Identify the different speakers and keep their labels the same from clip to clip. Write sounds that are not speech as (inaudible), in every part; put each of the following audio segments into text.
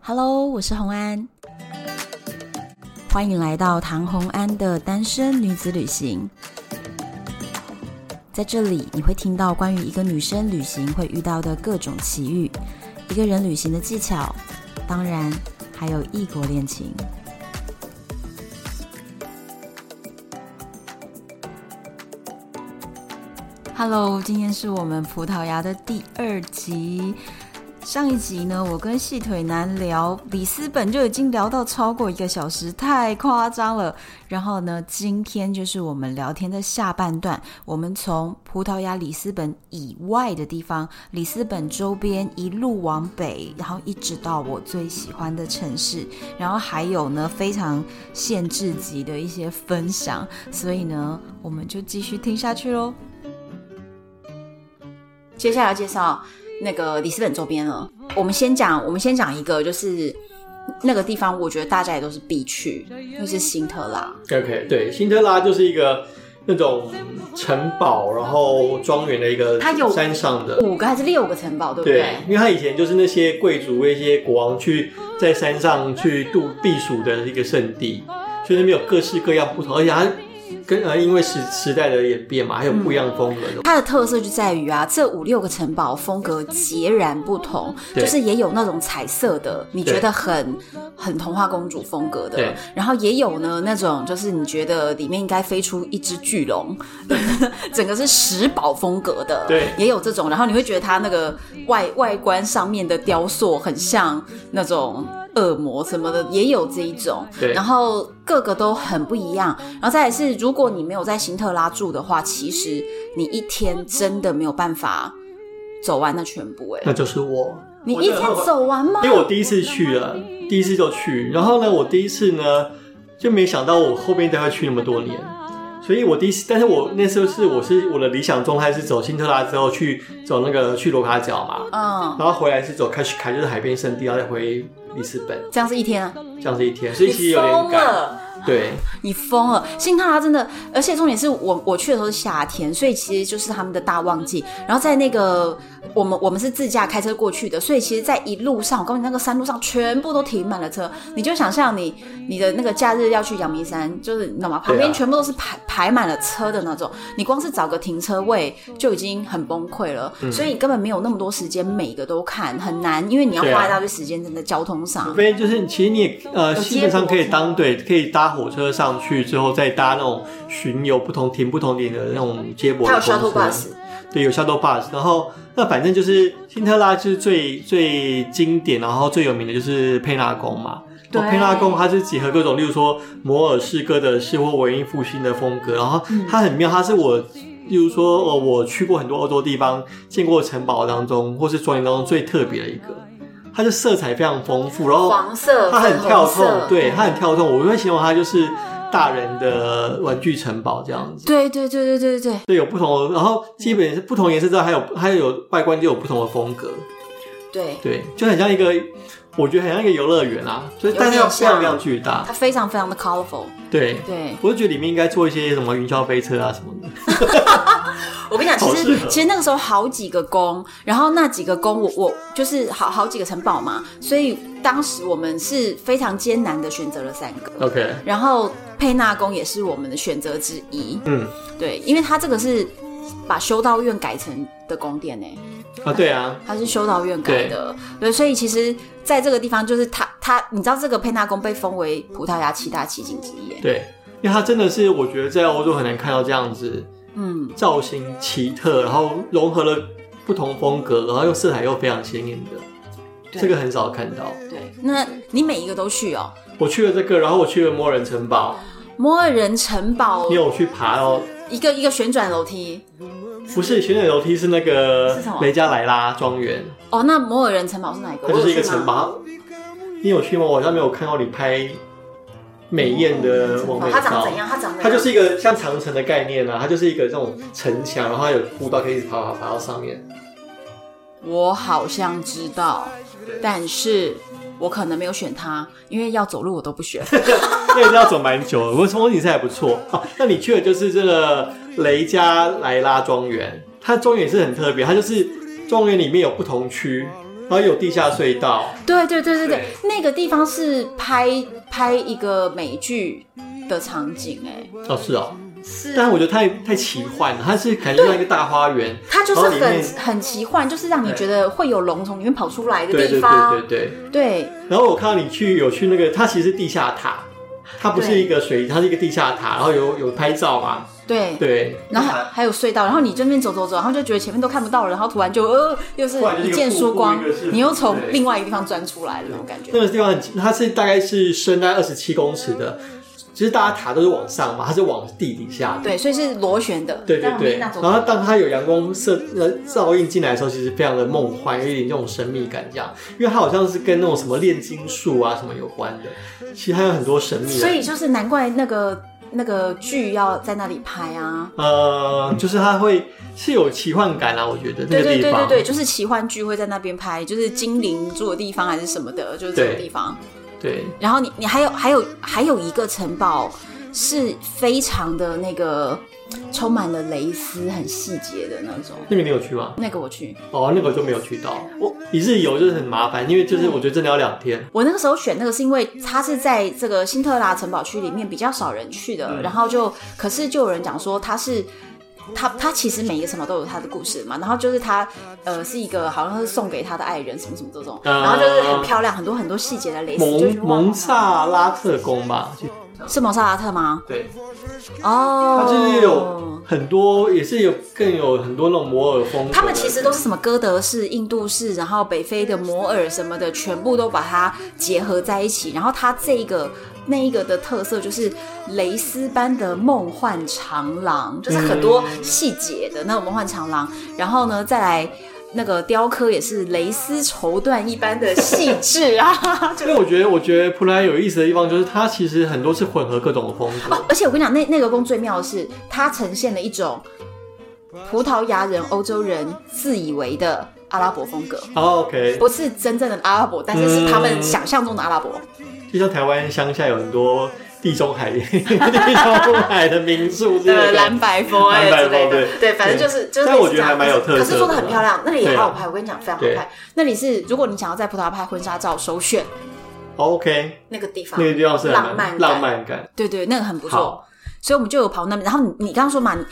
Speaker 1: Hello，我是红安，欢迎来到唐红安的单身女子旅行。在这里，你会听到关于一个女生旅行会遇到的各种奇遇，一个人旅行的技巧，当然还有异国恋情。Hello，今天是我们葡萄牙的第二集。上一集呢，我跟细腿男聊里斯本就已经聊到超过一个小时，太夸张了。然后呢，今天就是我们聊天的下半段，我们从葡萄牙里斯本以外的地方，里斯本周边一路往北，然后一直到我最喜欢的城市，然后还有呢非常限制级的一些分享，所以呢，我们就继续听下去喽。接下来介绍那个里斯本周边了。我们先讲，我们先讲一个，就是那个地方，我觉得大家也都是必去，就是辛特拉。
Speaker 2: OK，对，辛特拉就是一个那种城堡，然后庄园的一个
Speaker 1: 它有
Speaker 2: 山上的，
Speaker 1: 五个还是六个城堡，对不对？
Speaker 2: 对，因为他以前就是那些贵族、那些国王去在山上去度避暑的一个圣地，所以那边有各式各样不同，而且它跟呃因为时时代的演变嘛，还有不一样风格的。
Speaker 1: 它的特色就在于啊，这五六个城堡风格截然不同，
Speaker 2: 对
Speaker 1: 就是也有那种彩色的，你觉
Speaker 2: 对
Speaker 1: 得很很童话公主风格的
Speaker 2: 对，
Speaker 1: 然后也有呢那种就是你觉得里面应该飞出一只巨龙， (laughs) 整个是石堡风格的，
Speaker 2: 对
Speaker 1: 也有这种，然后你会觉得它那个外外观上面的雕塑很像那种。恶魔什么的也有这一种，
Speaker 2: 对
Speaker 1: 然后各个都很不一样。然后再来是，如果你没有在辛特拉住的话，其实你一天真的没有办法走完那全部、欸。哎，
Speaker 2: 那就是我，
Speaker 1: 你
Speaker 2: 我
Speaker 1: 一
Speaker 2: 真的
Speaker 1: 天
Speaker 2: 很
Speaker 1: 走完吗？
Speaker 2: 因为我第一次去了，第一次就去，然
Speaker 1: 嗯
Speaker 2: 后呢，我第一次呢就没想到我后面都会去那么多年，所以我第一次，但是我那时候是我是我的理想状态是走辛特拉之后去走那个去罗卡角嘛，
Speaker 1: 嗯，
Speaker 2: 然后回来是走喀什卡，就是海边圣地，然后再回里斯本，
Speaker 1: 这样是一天啊。
Speaker 2: 这样是一天，所以其实
Speaker 1: 你
Speaker 2: 有点
Speaker 1: 疯
Speaker 2: 赶，
Speaker 1: 了，
Speaker 2: 对
Speaker 1: 你疯了！辛特拉真的，而且重点是我我去的时候是夏天，所以其实就是他们的大旺季。然后在那个我们我们是自驾开车过去的，所以其实，在一路上，我告诉你，那个山路上全部都停满了车。你就想象你你的那个假日要去阳明山，就是你知道吗？旁边
Speaker 2: 对啊
Speaker 1: 全部都是排排满了车的那种，你光是找个停车位就已经很崩溃了，
Speaker 2: 嗯
Speaker 1: 所以你根本没有那么多时间每个都看，很难，因为你要
Speaker 2: 对啊
Speaker 1: 花一大堆时间在交通上
Speaker 2: 除。非就是其实你也呃，
Speaker 1: 有
Speaker 2: 基本上可
Speaker 1: 接
Speaker 2: 以
Speaker 1: 驳车
Speaker 2: 当对，可以搭火车上去之后再搭那种巡游不同停不同点的那种接驳
Speaker 1: 还有
Speaker 2: 的公
Speaker 1: shuttle
Speaker 2: 车
Speaker 1: bus，
Speaker 2: 对，有 shuttle bus，然后那反正就是辛特拉就是最最经典，然后最有名的就是佩纳宫嘛。哦
Speaker 1: 对
Speaker 2: 佩纳宫它是结合各种，例如说摩尔士哥德式或文艺复兴的风格，然后它很妙，它是我。例如说，呃，我去过很多欧洲地方，见过城堡当中或是庄园当中最特别的一个，它的色彩非常丰富，然后
Speaker 1: 黄色、
Speaker 2: 它很
Speaker 1: 粉
Speaker 2: 跳
Speaker 1: 红
Speaker 2: 痛
Speaker 1: 色，，嗯
Speaker 2: 对，它很跳痛，我会形容它就是大人的玩具城堡这样子。
Speaker 1: 对对对对对对对
Speaker 2: 对，有不同的，然后基本
Speaker 1: 嗯
Speaker 2: 是不同颜色之后，还有还有外观就有不同的风格，
Speaker 1: 对，
Speaker 2: 对，就很像一个，我觉得很像一个游乐园啊，所以
Speaker 1: 有点
Speaker 2: 但是要非常
Speaker 1: 像
Speaker 2: 非常巨大，
Speaker 1: 它非常非常的 colorful。
Speaker 2: 对，
Speaker 1: 对
Speaker 2: 我就觉得里面应该做一些什么云霄飞车啊什么的，
Speaker 1: 我跟你讲，其
Speaker 2: 好适
Speaker 1: 实
Speaker 2: 合
Speaker 1: 其实那个时候好几个宫，然后那几个宫我我就是好好几个城堡嘛，所以当时我们是非常艰难的选择了三个，
Speaker 2: ，OK，
Speaker 1: 然后佩纳宫也是我们的选择之一。
Speaker 2: 嗯，
Speaker 1: 对，因为它这个是把修道院改成的宫殿呢、
Speaker 2: 啊对啊，
Speaker 1: 它是修道院改的，对，所以其实在这个地方就是它它，你知道这个佩纳宫被封为葡萄牙七大奇景之一、欸，
Speaker 2: 对，因为它真的是我觉得在欧洲很难看到这样子
Speaker 1: 嗯，
Speaker 2: 造型奇特，然后融合了不同风格，然后又色彩又非常鲜艳的，
Speaker 1: 对
Speaker 2: 这个很少看到。
Speaker 1: 对，那你每一个都去哦。
Speaker 2: 我去了这个，然后我去了魔人城堡，
Speaker 1: 摩尔人城堡
Speaker 2: 因为我去爬哦。
Speaker 1: 一个一个旋转楼梯
Speaker 2: 不是旋转楼梯，是那个
Speaker 1: 是什么
Speaker 2: 雷加莱拉庄园，
Speaker 1: 哦，那摩尔人城堡是哪一个？
Speaker 2: 它就是一个城
Speaker 1: 我
Speaker 2: 堡。你有去吗？我好像没有看到你拍美艳的
Speaker 1: 有去吗。
Speaker 2: 完
Speaker 1: 哦
Speaker 2: 美
Speaker 1: 它长
Speaker 2: 照
Speaker 1: 怎。样？它长怎样？
Speaker 2: 它就是一个像长城的概念啊，它就是一个这种城墙，然后它有步道可以一直爬爬爬到上面。
Speaker 1: 我好像知道，但是我可能没有选它，因为要走路我都不选。 (laughs)
Speaker 2: 那个要走蛮久的，不过风景是还不错。哦，那你去的就是这个雷加莱拉庄园，它庄园是很特别，它就是庄园里面有不同区，然后有地下隧道，
Speaker 1: 对对对对对
Speaker 2: 对，
Speaker 1: 那个地方是拍拍一个美剧的场景、哎，
Speaker 2: 哦是哦，
Speaker 1: 是
Speaker 2: 但是我觉得太太奇幻了，它是感觉像一个大花
Speaker 1: (laughs)
Speaker 2: 园，
Speaker 1: 它就是
Speaker 2: 然后里面
Speaker 1: 很很奇幻，就是让你
Speaker 2: 对
Speaker 1: 觉得会有龙从里面跑出来的
Speaker 2: 对
Speaker 1: 地
Speaker 2: 对
Speaker 1: 方。
Speaker 2: 对对对。
Speaker 1: 对
Speaker 2: 然后我看到你去有去那个，它其实是地下塔，它不是
Speaker 1: 对
Speaker 2: 一个水，它是一个地下塔，然后有有拍照嘛，
Speaker 1: 对
Speaker 2: 对，啊
Speaker 1: 然后还还有隧道，然后你这边走走走，然后就觉得前面都看不到了，然后突然就呃，又是
Speaker 2: 突然就是一
Speaker 1: 一
Speaker 2: 个
Speaker 1: 箭
Speaker 2: 瀑布
Speaker 1: 曙光
Speaker 2: 一个是，
Speaker 1: 你又从
Speaker 2: 对
Speaker 1: 另外一个地方钻出来了那种感
Speaker 2: 那
Speaker 1: 觉。
Speaker 2: 个地方很，它是大概是深在二十七公尺的，其实大家塔都是往上嘛，它是往地底下的。
Speaker 1: 对，所以是螺旋的。
Speaker 2: 对对
Speaker 1: 让
Speaker 2: 对，
Speaker 1: 你那
Speaker 2: 然
Speaker 1: 种
Speaker 2: 后当它有阳光射呃照映进来的时候，其实非常的梦幻，有一点这种神秘感这样，因为它好像是跟那种什么炼金术啊什么有关的，其实它有很多神秘
Speaker 1: 所
Speaker 2: 的。
Speaker 1: 以就是难怪那个那个剧要在那里拍啊。
Speaker 2: 呃，就是它会是有奇幻感啊，我觉得那
Speaker 1: 对
Speaker 2: 个
Speaker 1: 对
Speaker 2: 地
Speaker 1: 对
Speaker 2: 方
Speaker 1: 对。对，就是奇幻剧会在那边拍，就是精灵住的地方还是什么的，就是这种
Speaker 2: 对
Speaker 1: 地方。
Speaker 2: 对
Speaker 1: 然后你你还有还有还有一个城堡是非常的那个充满了蕾丝，很细节的那种。
Speaker 2: 那个你有去吗？
Speaker 1: 那个我去，
Speaker 2: 哦，那个我就没有去到。我一日游就是很麻烦，因为就是我觉得真的要两天。
Speaker 1: 我那个时候选那个是因为它是在这个辛特拉城堡区里面比较少人去的，
Speaker 2: 嗯
Speaker 1: 然后就可是就有人讲说它是。它它其实每一个城堡都有它的故事嘛，然后就是它，呃，是一个好像是送给他的爱人什么什么这种，
Speaker 2: 啊
Speaker 1: 然后就是很漂亮，很多很多细节的蕾丝，就
Speaker 2: 蒙
Speaker 1: 是
Speaker 2: 蒙萨拉特宫吧，就是
Speaker 1: 蒙萨拉特吗？
Speaker 2: 对，
Speaker 1: 哦，
Speaker 2: 它就是有很多，也是有更有很多那种摩尔风格的。
Speaker 1: 他们其实都是什么哥德式、印度式，然后北非的摩尔什么的，全部都把它结合在一起。然后它这个那一个的特色就是蕾丝般的梦幻长廊，就是很多细节的那种梦幻长廊。然后呢，再来那个雕刻也是蕾丝绸缎一般的细致啊，就
Speaker 2: 因为我觉得，我觉得普莱有意思的地方就是，它其实很多是混合各种的风格。
Speaker 1: 哦，而且我跟你讲，那那个宫最妙的是，它呈现了一种葡萄牙人、欧洲人自以为的阿拉伯风格。
Speaker 2: 哦 OK，
Speaker 1: 不是真正的阿拉伯，但是是他们想象中的阿拉伯。
Speaker 2: 就像台湾乡下有很多地中海、 (laughs) 地中海的民宿之类
Speaker 1: (laughs)
Speaker 2: 的感觉，
Speaker 1: 呃白风
Speaker 2: 嗯
Speaker 1: 哎
Speaker 2: 蓝白风对
Speaker 1: 对，反正就是就是类似这样。
Speaker 2: 但我觉得还蛮有特色的
Speaker 1: 可是做的很漂亮，那里也
Speaker 2: 对啊
Speaker 1: 好好拍，我跟你讲，非常好
Speaker 2: 对
Speaker 1: 拍。那里是如果你想要在葡萄牙拍婚纱照，首选
Speaker 2: OK，
Speaker 1: 那个地方
Speaker 2: 那，个地方是很
Speaker 1: 浪漫感
Speaker 2: 浪漫感。
Speaker 1: 对对，那个很不错
Speaker 2: 好。
Speaker 1: 所以我们就有跑那边，然后你你刚刚说嘛，你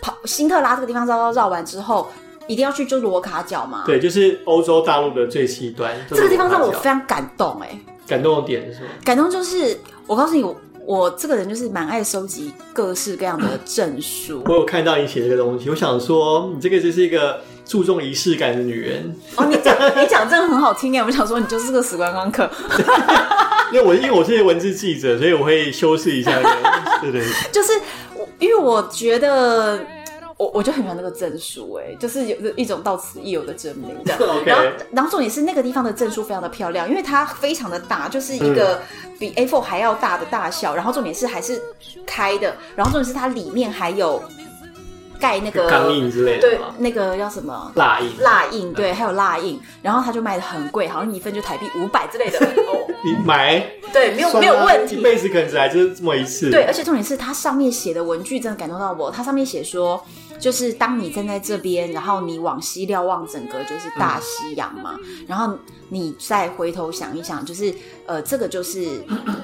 Speaker 1: 跑辛特拉这个地方绕绕绕完之后，一定要去就罗卡角嘛。，
Speaker 2: 对，就是欧洲大陆的最西端。
Speaker 1: 嗯这个地方让我
Speaker 2: 这种
Speaker 1: 非常感动哎、
Speaker 2: 感动的点是什么？
Speaker 1: 感动就是我告诉你，我我这个人就是蛮爱收集各式各样的证书。
Speaker 2: 我有看到你写这个东西，我想说，你这个就是一个注重仪式感的女人。
Speaker 1: 哦，你讲你讲这个很好听哎，我想说你就是个死观光客，
Speaker 2: 因为我因为我是文字记者，所以我会修饰一下
Speaker 1: (laughs)
Speaker 2: 那个。对对对，
Speaker 1: 就是我，因为我觉得我我就很喜欢那个证书哎，就是有一种到此一游的证明
Speaker 2: (laughs)
Speaker 1: 这样。
Speaker 2: OK
Speaker 1: 然后然后重点是那个地方的证书非常的漂亮，因为它非常的大，就是一个
Speaker 2: 嗯
Speaker 1: 比 A4 还要大的大小，然后重点是还是开的，然后重点是它里面还有盖那个
Speaker 2: 钢印之类
Speaker 1: 对
Speaker 2: 的嗯嘛，
Speaker 1: 那个叫什么
Speaker 2: 蜡印。
Speaker 1: 蜡印，对，还有蜡印，然后它就卖的很贵，好像一份就台币五百之类
Speaker 2: (laughs)
Speaker 1: 的。哦，
Speaker 2: 你买
Speaker 1: 对，没有
Speaker 2: 算
Speaker 1: 没
Speaker 2: 啦
Speaker 1: 有问
Speaker 2: 一
Speaker 1: 题。
Speaker 2: 辈子可能只来就是这么一次。
Speaker 1: 对，而且重点是它上面写的文句真的感动到我。它上面写说，就是当你站在这边，然后你往西瞭望整个就是大西洋嘛，然后你再回头想一想，就是呃，这个就是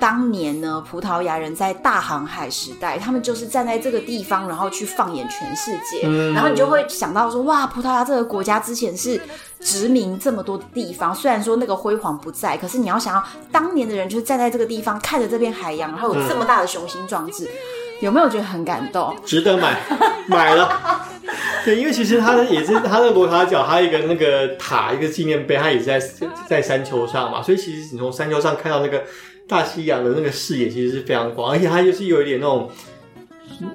Speaker 1: 当年呢葡萄牙人在大航海时代，他们就是站在这个地方，然后去放眼全世界，
Speaker 2: 嗯
Speaker 1: 然后你就会想到说，哇，葡萄牙这个国家之前是。殖民这么多地方，虽然说那个辉煌不在，可是你要想要当年的人就是站在这个地方，看着这片海洋，然后有这么大的雄心壮志，有没有觉得很感动？
Speaker 2: 值得
Speaker 1: (laughs)
Speaker 2: 买，买了。对，因为其实它的也是它的罗塔角，它一个那个塔，一个纪念碑，它也是在在山丘上嘛，所以其实你从山丘上看到那个大西洋的那个视野，其实是非常广，而且它就是有一点那种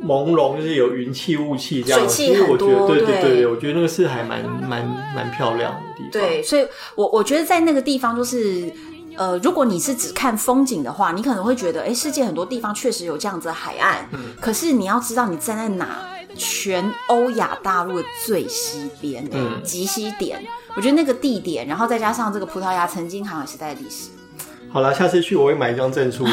Speaker 2: 朦胧，就是有云气雾气这样，
Speaker 1: 水汽
Speaker 2: 其实我
Speaker 1: 很
Speaker 2: 觉
Speaker 1: 多
Speaker 2: 得对对
Speaker 1: 对
Speaker 2: 对，我觉得那个是还蛮蛮蛮漂亮的地方。
Speaker 1: 对，所以我我觉得在那个地方就是。呃，如果你是只看风景的话，你可能会觉得，哎，世界很多地方确实有这样子的海岸，
Speaker 2: 嗯
Speaker 1: 可是你要知道你站在哪，全欧亚大陆的最西边，
Speaker 2: 嗯
Speaker 1: 极西点，我觉得那个地点，然后再加上这个葡萄牙曾经航海时代的历史， (laughs)
Speaker 2: 好了，下次去我会买一张证书。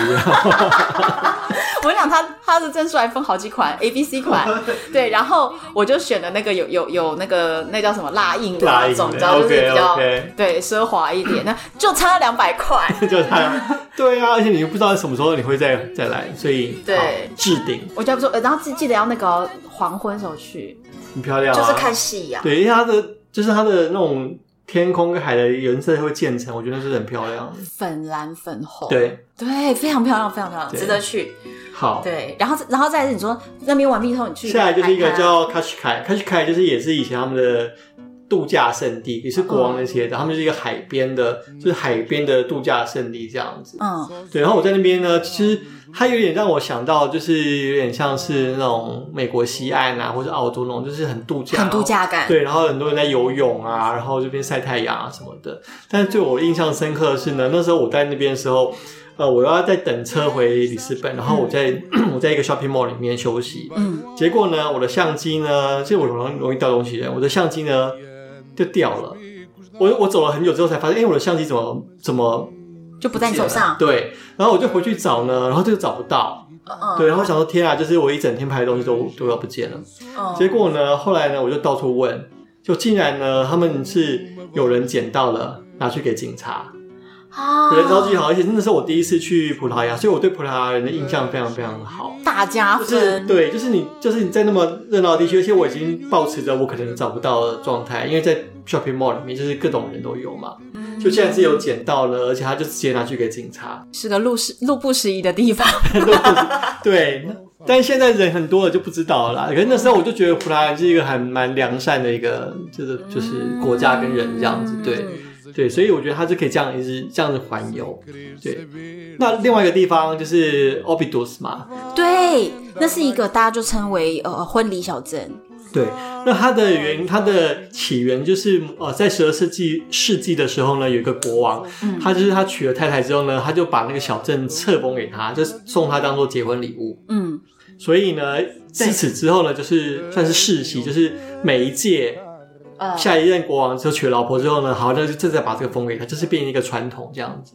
Speaker 1: 我跟你讲，他他的证书还分好几款，A、B、C
Speaker 2: (laughs)
Speaker 1: 款，对，然后我就选了那个有有有那个那叫什么蜡印的
Speaker 2: 蜡
Speaker 1: 那
Speaker 2: 印
Speaker 1: 种，
Speaker 2: 的
Speaker 1: 你知道，就是比较
Speaker 2: OK，OK
Speaker 1: 对奢华一点，那就差两百块。
Speaker 2: 就
Speaker 1: (laughs)
Speaker 2: 他，对啊，而且你又不知道什么时候你会再再来，所以
Speaker 1: 对
Speaker 2: 好置顶
Speaker 1: 我就不说，呃然后记记得要那个哦黄昏时候去，
Speaker 2: 很漂亮、啊，
Speaker 1: 就是看夕阳。
Speaker 2: (laughs) 对，因为它的就是它的那种天空跟海的颜色会渐层，我觉得是很漂亮的。
Speaker 1: 粉蓝粉红，
Speaker 2: 对，
Speaker 1: 对，非常漂亮，非常漂亮，
Speaker 2: 对
Speaker 1: 值得去。
Speaker 2: 好，
Speaker 1: 对，然后然后再来是你说那边玩蜜后，你去
Speaker 2: 下来就是一个
Speaker 1: 海滩
Speaker 2: 叫喀什凯，喀什凯就是也是以前他们的度假胜地，也是国王那些
Speaker 1: 嗯
Speaker 2: 的，他们是一个海边的，就是海边的度假胜地这样子。
Speaker 1: 嗯
Speaker 2: 对，然后我在那边呢，其实它有点让我想到，就是有点像是那种美国西岸啊，或者澳洲那种，就是很度假，
Speaker 1: 很度假感，
Speaker 2: 对，然后很多人在游泳
Speaker 1: 嗯
Speaker 2: 啊，然后这边晒太阳啊什么的。但是对我印象深刻的是呢，那时候我在那边的时候，呃，我要在等车回里斯本，然后我在、
Speaker 1: (clears throat)
Speaker 2: 我在一个 shopping mall 里面休息，
Speaker 1: 嗯，
Speaker 2: 结果呢，我的相机呢，其实我容易容易掉东西的，我的相机呢就掉了。我我走了很久之后才发现，哎、我的相机怎么怎么
Speaker 1: 就不在你手上，
Speaker 2: 对，然后我就回去找呢，然后就找不到。
Speaker 1: 嗯，
Speaker 2: 对，然后想说天啊，就是我一整天拍的东西都都要不见了。
Speaker 1: 嗯，
Speaker 2: 结果呢，后来呢，我就到处问，就竟然呢，他们是有人捡到了，拿去给警察，
Speaker 1: 啊，
Speaker 2: 有人超级好，而且真的是我第一次去葡萄牙，所以我对葡萄牙人的印象非常非常好。
Speaker 1: 大加
Speaker 2: 就是
Speaker 1: 分，
Speaker 2: 对，就是你，就是你在那么热闹的地区，而且我已经保持着我可能找不到的状态，因为在 shopping mall 里面就是各种人都有嘛，
Speaker 1: 嗯
Speaker 2: 就竟然是有捡到了，而且他就直接拿去给警察。
Speaker 1: 是个路是路不拾遗的地方，
Speaker 2: (laughs) 对，但是现在人很多了就不知道了啦。可是那时候我就觉得葡萄牙是一个还蛮良善的一个，就是就是国家跟人这样子，
Speaker 1: 嗯
Speaker 2: 对对，所以我觉得它是可以这样一直这样子环游。对，那另外一个地方就是 Obidus 嘛，
Speaker 1: 嗯对，那是一个大家就称为呃婚礼小镇，
Speaker 2: 对，那它的原它的起源就是呃，在十二世纪世纪的时候呢，有一个国王，他就是他娶了太太之后呢，他就把那个小镇册封给他，就送他当做结婚礼物。
Speaker 1: 嗯，
Speaker 2: 所以呢，自此之后呢，就是算是世袭，就是每一届
Speaker 1: 呃，
Speaker 2: 下一任国王就娶了老婆之后呢，好，那就正在把这个封给他，就是变成一个传统这样子。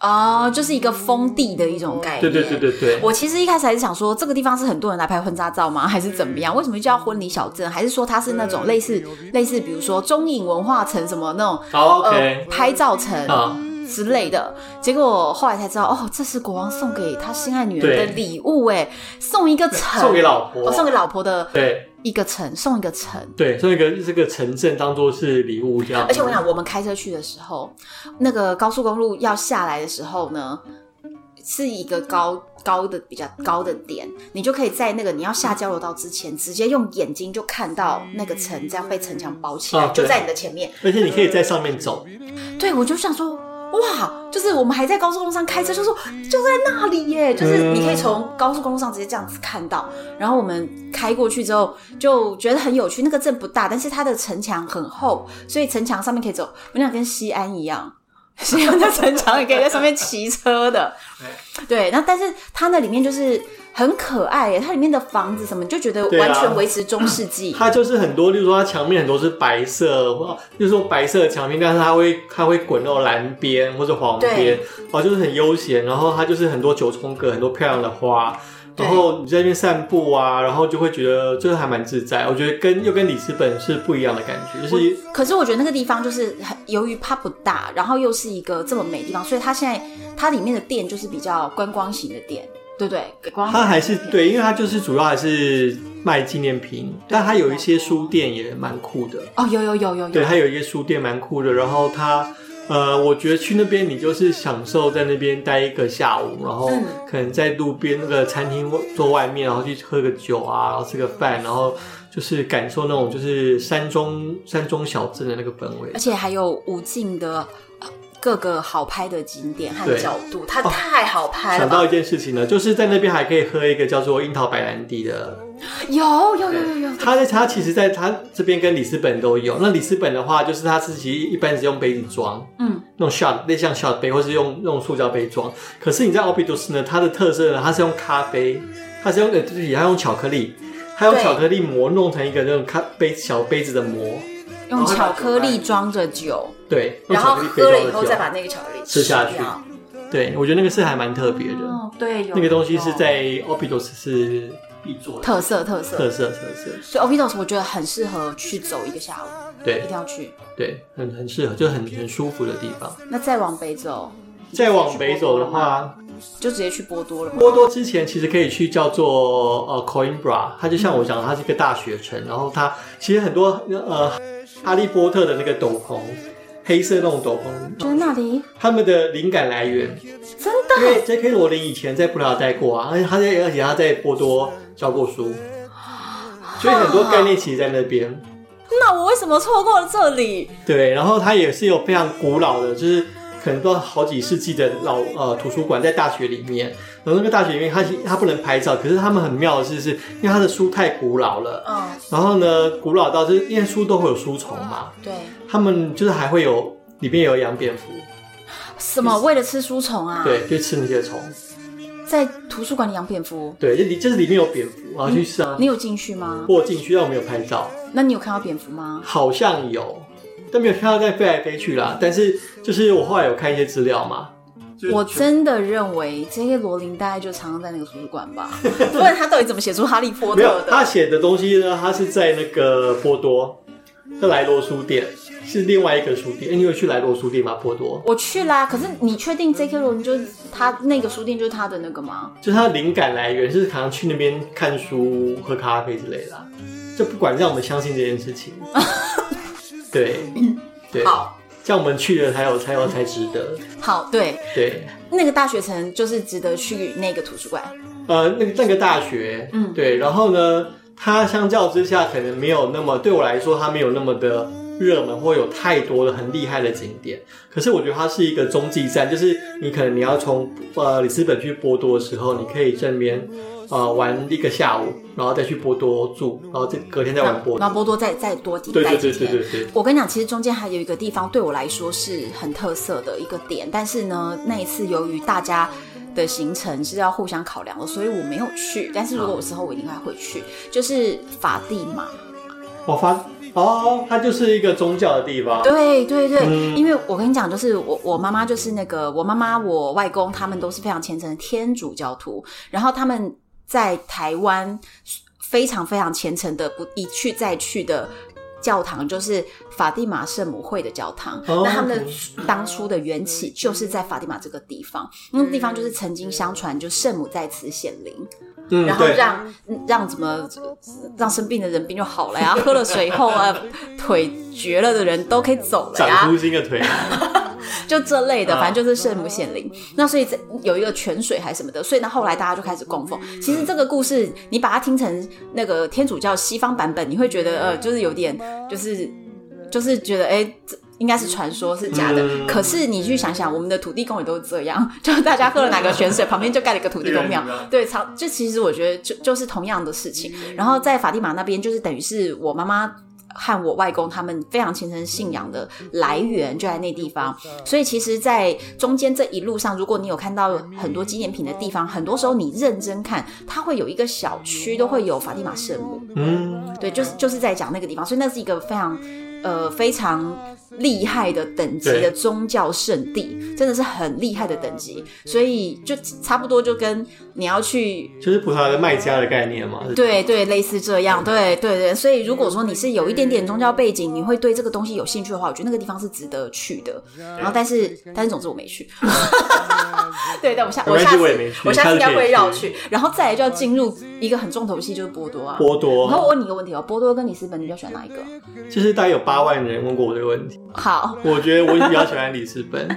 Speaker 1: 哦，就是一个封地的一种概念，
Speaker 2: 对对对。对对。
Speaker 1: 我其实一开始还是想说，这个地方是很多人来拍婚纱照吗？还是怎么
Speaker 2: 嗯
Speaker 1: 样？为什么叫婚礼小镇？还是说它是那种类似类似，比如说中影文化城什么那种
Speaker 2: 好
Speaker 1: 呃
Speaker 2: OK，
Speaker 1: 拍照城
Speaker 2: 啊
Speaker 1: 之类的？结果后来才知道，哦，这是国王送给他心爱女人的
Speaker 2: 对
Speaker 1: 礼物，哎，送一个城，
Speaker 2: 送给老婆
Speaker 1: 哦送给老婆的
Speaker 2: 对
Speaker 1: 一个城，送一个城。
Speaker 2: 对，送一个这个城镇当做是礼物这样子。
Speaker 1: 而且我跟你讲，我们开车去的时候，那个高速公路要下来的时候呢，是一个高高的比较高的点，你就可以在那个你要下交流道之前，直接用眼睛就看到那个城这样被城墙包起来，
Speaker 2: 啊
Speaker 1: 就
Speaker 2: 对
Speaker 1: 在你的前面。
Speaker 2: 而且你可以在上面走，
Speaker 1: 对，我就想说，哇，就是我们还在高速公路上开车，就说就在那里耶，
Speaker 2: 嗯
Speaker 1: 就是你可以从高速公路上直接这样子看到。然后我们开过去之后，就觉得很有趣。那个镇不大，但是它的城墙很厚，所以城墙上面可以走，我想跟西安一样。西安的城墙也可以在上面骑车
Speaker 2: (laughs)
Speaker 1: 的， (laughs) 对。那但是它那里面就是很可爱耶，它里面的房子什么，你就觉得
Speaker 2: 对啊
Speaker 1: 完全维持中世纪。
Speaker 2: 它就是很多，例如说它墙面很多是白色，或就是说白色的墙面，但是它会它会滚到蓝边或者黄边
Speaker 1: 对，
Speaker 2: 哦，就是很悠闲。然后它就是很多九重阁，很多漂亮的花。
Speaker 1: 对
Speaker 2: 然后你在那边散步啊，然后就会觉得就是还蛮自在。我觉得跟又跟里斯本是不一样的感觉，就是
Speaker 1: 可是我觉得那个地方就是很，由于它不大，然后又是一个这么美的地方，所以它现在它里面的店就是比较观光型的店，对不对？给观光
Speaker 2: 它还是对，因为它就是主要还是卖纪念品，但它有一些书店也蛮酷的。
Speaker 1: 哦，有有有有
Speaker 2: 对，
Speaker 1: 有，
Speaker 2: 它有一个书店蛮酷的，然后它。呃，我觉得去那边你就是享受在那边待一个下午，然后
Speaker 1: 嗯
Speaker 2: 可能在路边那个餐厅坐外面，然后去喝个酒啊，然后吃个饭，然后就是感受那种就是山中山中小镇的那个氛围
Speaker 1: 而。且还有无尽的呃各个好拍的景点和
Speaker 2: 对哦
Speaker 1: 角度，它太好拍了
Speaker 2: 想
Speaker 1: 吧。
Speaker 2: 到一件事情呢，就是在那边还可以喝一个叫做樱桃白兰地的
Speaker 1: 有有有有有，
Speaker 2: 它在它其实在它这边跟里斯本都有。那里斯本的话，就是它自己一般是用杯子装，
Speaker 1: 嗯，
Speaker 2: 那种 shot 类像 shot 杯，或是用用塑胶杯装。可是你在 Obidus 呢，它的特色呢，它是用咖啡，它是用呃，对不起，它用巧克力，它用
Speaker 1: 对
Speaker 2: 巧克力膜弄成一个那种咖杯小杯子的膜，
Speaker 1: 用巧克力装着酒，
Speaker 2: 对，用
Speaker 1: 然
Speaker 2: 巧
Speaker 1: 后
Speaker 2: 克力
Speaker 1: 喝了
Speaker 2: 杯装
Speaker 1: 以
Speaker 2: 的
Speaker 1: 后
Speaker 2: 酒
Speaker 1: 再把那个巧克力
Speaker 2: 吃下
Speaker 1: 掉
Speaker 2: 对，我觉得那个是还蛮特别的。
Speaker 1: 哦，对，有
Speaker 2: 那个东西是
Speaker 1: 有
Speaker 2: 在 Opidos 是必做的
Speaker 1: 特色特色，
Speaker 2: 特色特色，
Speaker 1: 所以 Opinos 我觉得很适合去走一个下午，一
Speaker 2: 对
Speaker 1: 定要去。
Speaker 2: 对，很很适合，就很很舒服的地方。
Speaker 1: 那再往北走，
Speaker 2: 再往北走的
Speaker 1: 你
Speaker 2: 话，
Speaker 1: 就直接去波多了吗，就直接去波多了吗？
Speaker 2: 波多之前其实可以去叫做呃 Coimbra，它就像我讲的，它是一个大学城，然后它其实很多呃哈利波特的那个斗篷，黑色那种斗
Speaker 1: 就是
Speaker 2: 篷，
Speaker 1: 那里，
Speaker 2: 他们的灵感来源，
Speaker 1: 真
Speaker 2: 因
Speaker 1: 的
Speaker 2: 为 J.K. 罗琳以前在葡萄牙待过啊，而且他在而且他在波多教过书，所以很多概念其实在那边。
Speaker 1: 那我为什么错过了这里？
Speaker 2: 对，然后它也是有非常古老的，就是可能都好几世纪的老呃图书馆在大学里面。然后那个大学里面它，它不能拍照，可是他们很妙的是，是因为它的书太古老了。
Speaker 1: 嗯，
Speaker 2: 然后呢，古老到就是因为书都会有书虫嘛，
Speaker 1: 对，
Speaker 2: 他们就是还会有里面有养蝙蝠，
Speaker 1: 什么为了吃书虫啊？，
Speaker 2: 对，就吃那些虫，
Speaker 1: 在图书馆里养蝙蝠，
Speaker 2: 对，就里就是里面有蝙蝠，然后去吃啊。
Speaker 1: 你有进去吗？
Speaker 2: 我有进去，但我没有拍照，
Speaker 1: 那你有看到蝙蝠吗？
Speaker 2: 好像有，但没有看到在飞来飞去啦。但是就是我后来有看一些资料嘛，就是
Speaker 1: 我真的认为 J.K. 罗琳大概就常常在那个图书馆吧，不然他到底怎么写出《哈利波
Speaker 2: 没
Speaker 1: 特
Speaker 2: 有，》他
Speaker 1: 的？
Speaker 2: 写的东西呢，他是在那个波多的莱罗书店，是另外一个书店。欸你有去莱罗书店吗？波多，
Speaker 1: 我去啦，可是你确定 J.K. 罗琳就是他那个书店就是他的那个吗？
Speaker 2: 就是他的灵感来源是常常去那边看书、喝咖啡之类的啊、就不管让我们相信这件事情。对，对，
Speaker 1: 好，
Speaker 2: 这样我们去了才有才有才值得。
Speaker 1: 好，对，
Speaker 2: 对，
Speaker 1: 那个大学城就是值得去那个图书馆。
Speaker 2: 呃，那个那个大学，
Speaker 1: 嗯
Speaker 2: 对，然后呢，它相较之下可能没有那么对我来说，它没有那么的热门，或有太多的很厉害的景点。可是我觉得它是一个中继站，就是你可能你要从呃里斯本去波多的时候，你可以这边呃玩一个下午，然后再去波多住，然后再隔天再玩波
Speaker 1: 然
Speaker 2: 多。
Speaker 1: 后波多再再多几
Speaker 2: 对
Speaker 1: 待
Speaker 2: 对
Speaker 1: 几
Speaker 2: 对对
Speaker 1: 天。
Speaker 2: 对对，
Speaker 1: 我跟你讲，其实中间还有一个地方对我来说是很特色的一个点，但是呢，那一次由于大家的行程是要互相考量的，所以我没有去。但是如果有时候我一定会去，就是法蒂玛。
Speaker 2: 我发哦，它就是一个宗教的地方。
Speaker 1: 对对对，
Speaker 2: 嗯
Speaker 1: 因为我跟你讲，就是我我妈妈就是那个我妈妈我外公他们都是非常虔诚的天主教徒，然后他们在台湾非常非常虔诚的不一去再去的。教堂就是法蒂玛圣母会的教堂
Speaker 2: 哦
Speaker 1: 那他们的当初的缘起就是在法蒂玛这个地方，那个地方就是曾经相传就圣母在此显灵，
Speaker 2: 嗯，
Speaker 1: 然后
Speaker 2: 对
Speaker 1: 让让怎么让生病的人病就好
Speaker 2: (laughs)
Speaker 1: 了呀，喝了水以后啊，腿瘸了的人都可以走了
Speaker 2: 长
Speaker 1: 呀
Speaker 2: 出，新的腿。
Speaker 1: 就这类的，
Speaker 2: 啊
Speaker 1: 反正就是圣母显灵。那所以这有一个泉水还是什么的，所以那后来大家就开始供奉。其实这个故事你把它听成那个天主教西方版本，你会觉得呃，就是有点就是就是觉得哎。这应该是传说是假的，
Speaker 2: 嗯
Speaker 1: 可是你去想想，我们的土地公也都是这样，就是大家喝了哪个
Speaker 2: (laughs)
Speaker 1: 泉水，旁边就 (laughs) 盖了一个土地公庙
Speaker 2: 这个很奇妙，
Speaker 1: 对，常就其实我觉得就就是同样的事情。然后在法蒂玛那边，就是等于是我妈妈和我外公他们非常虔诚信仰的来源就在那地方，所以其实，在中间这一路上，如果你有看到很多纪念品的地方，很多时候你认真看，它会有一个小区都会有法蒂玛圣母，
Speaker 2: 嗯，
Speaker 1: 对，就是就是在讲那个地方，所以那是一个非常呃非常厉害的等级的
Speaker 2: 对
Speaker 1: 宗教圣地，真的是很厉害的等级，所以就差不多就跟你要去
Speaker 2: 就是葡萄牙的卖家的概念嘛。是
Speaker 1: 对对，类似这样，对对对。所以如果说你是有一点点宗教背景，你会对这个东西有兴趣的话，我觉得那个地方是值得去的。然后，但是但是，总之我没
Speaker 2: (laughs)
Speaker 1: 去。对，但我下
Speaker 2: 没
Speaker 1: 我
Speaker 2: 关系
Speaker 1: 下次
Speaker 2: 我也没去
Speaker 1: 我下次应该会
Speaker 2: 下
Speaker 1: 绕
Speaker 2: 次可以
Speaker 1: 去。然后再来就要进入一个很重头戏，就是波多啊。
Speaker 2: 波多。
Speaker 1: 然后我问你一个问题哦，波多跟里斯本，你比较喜欢哪一个？
Speaker 2: 就是大概有八万人问过我这个问题，
Speaker 1: 好，
Speaker 2: 我觉得我比较喜欢里斯
Speaker 1: (laughs)
Speaker 2: 本。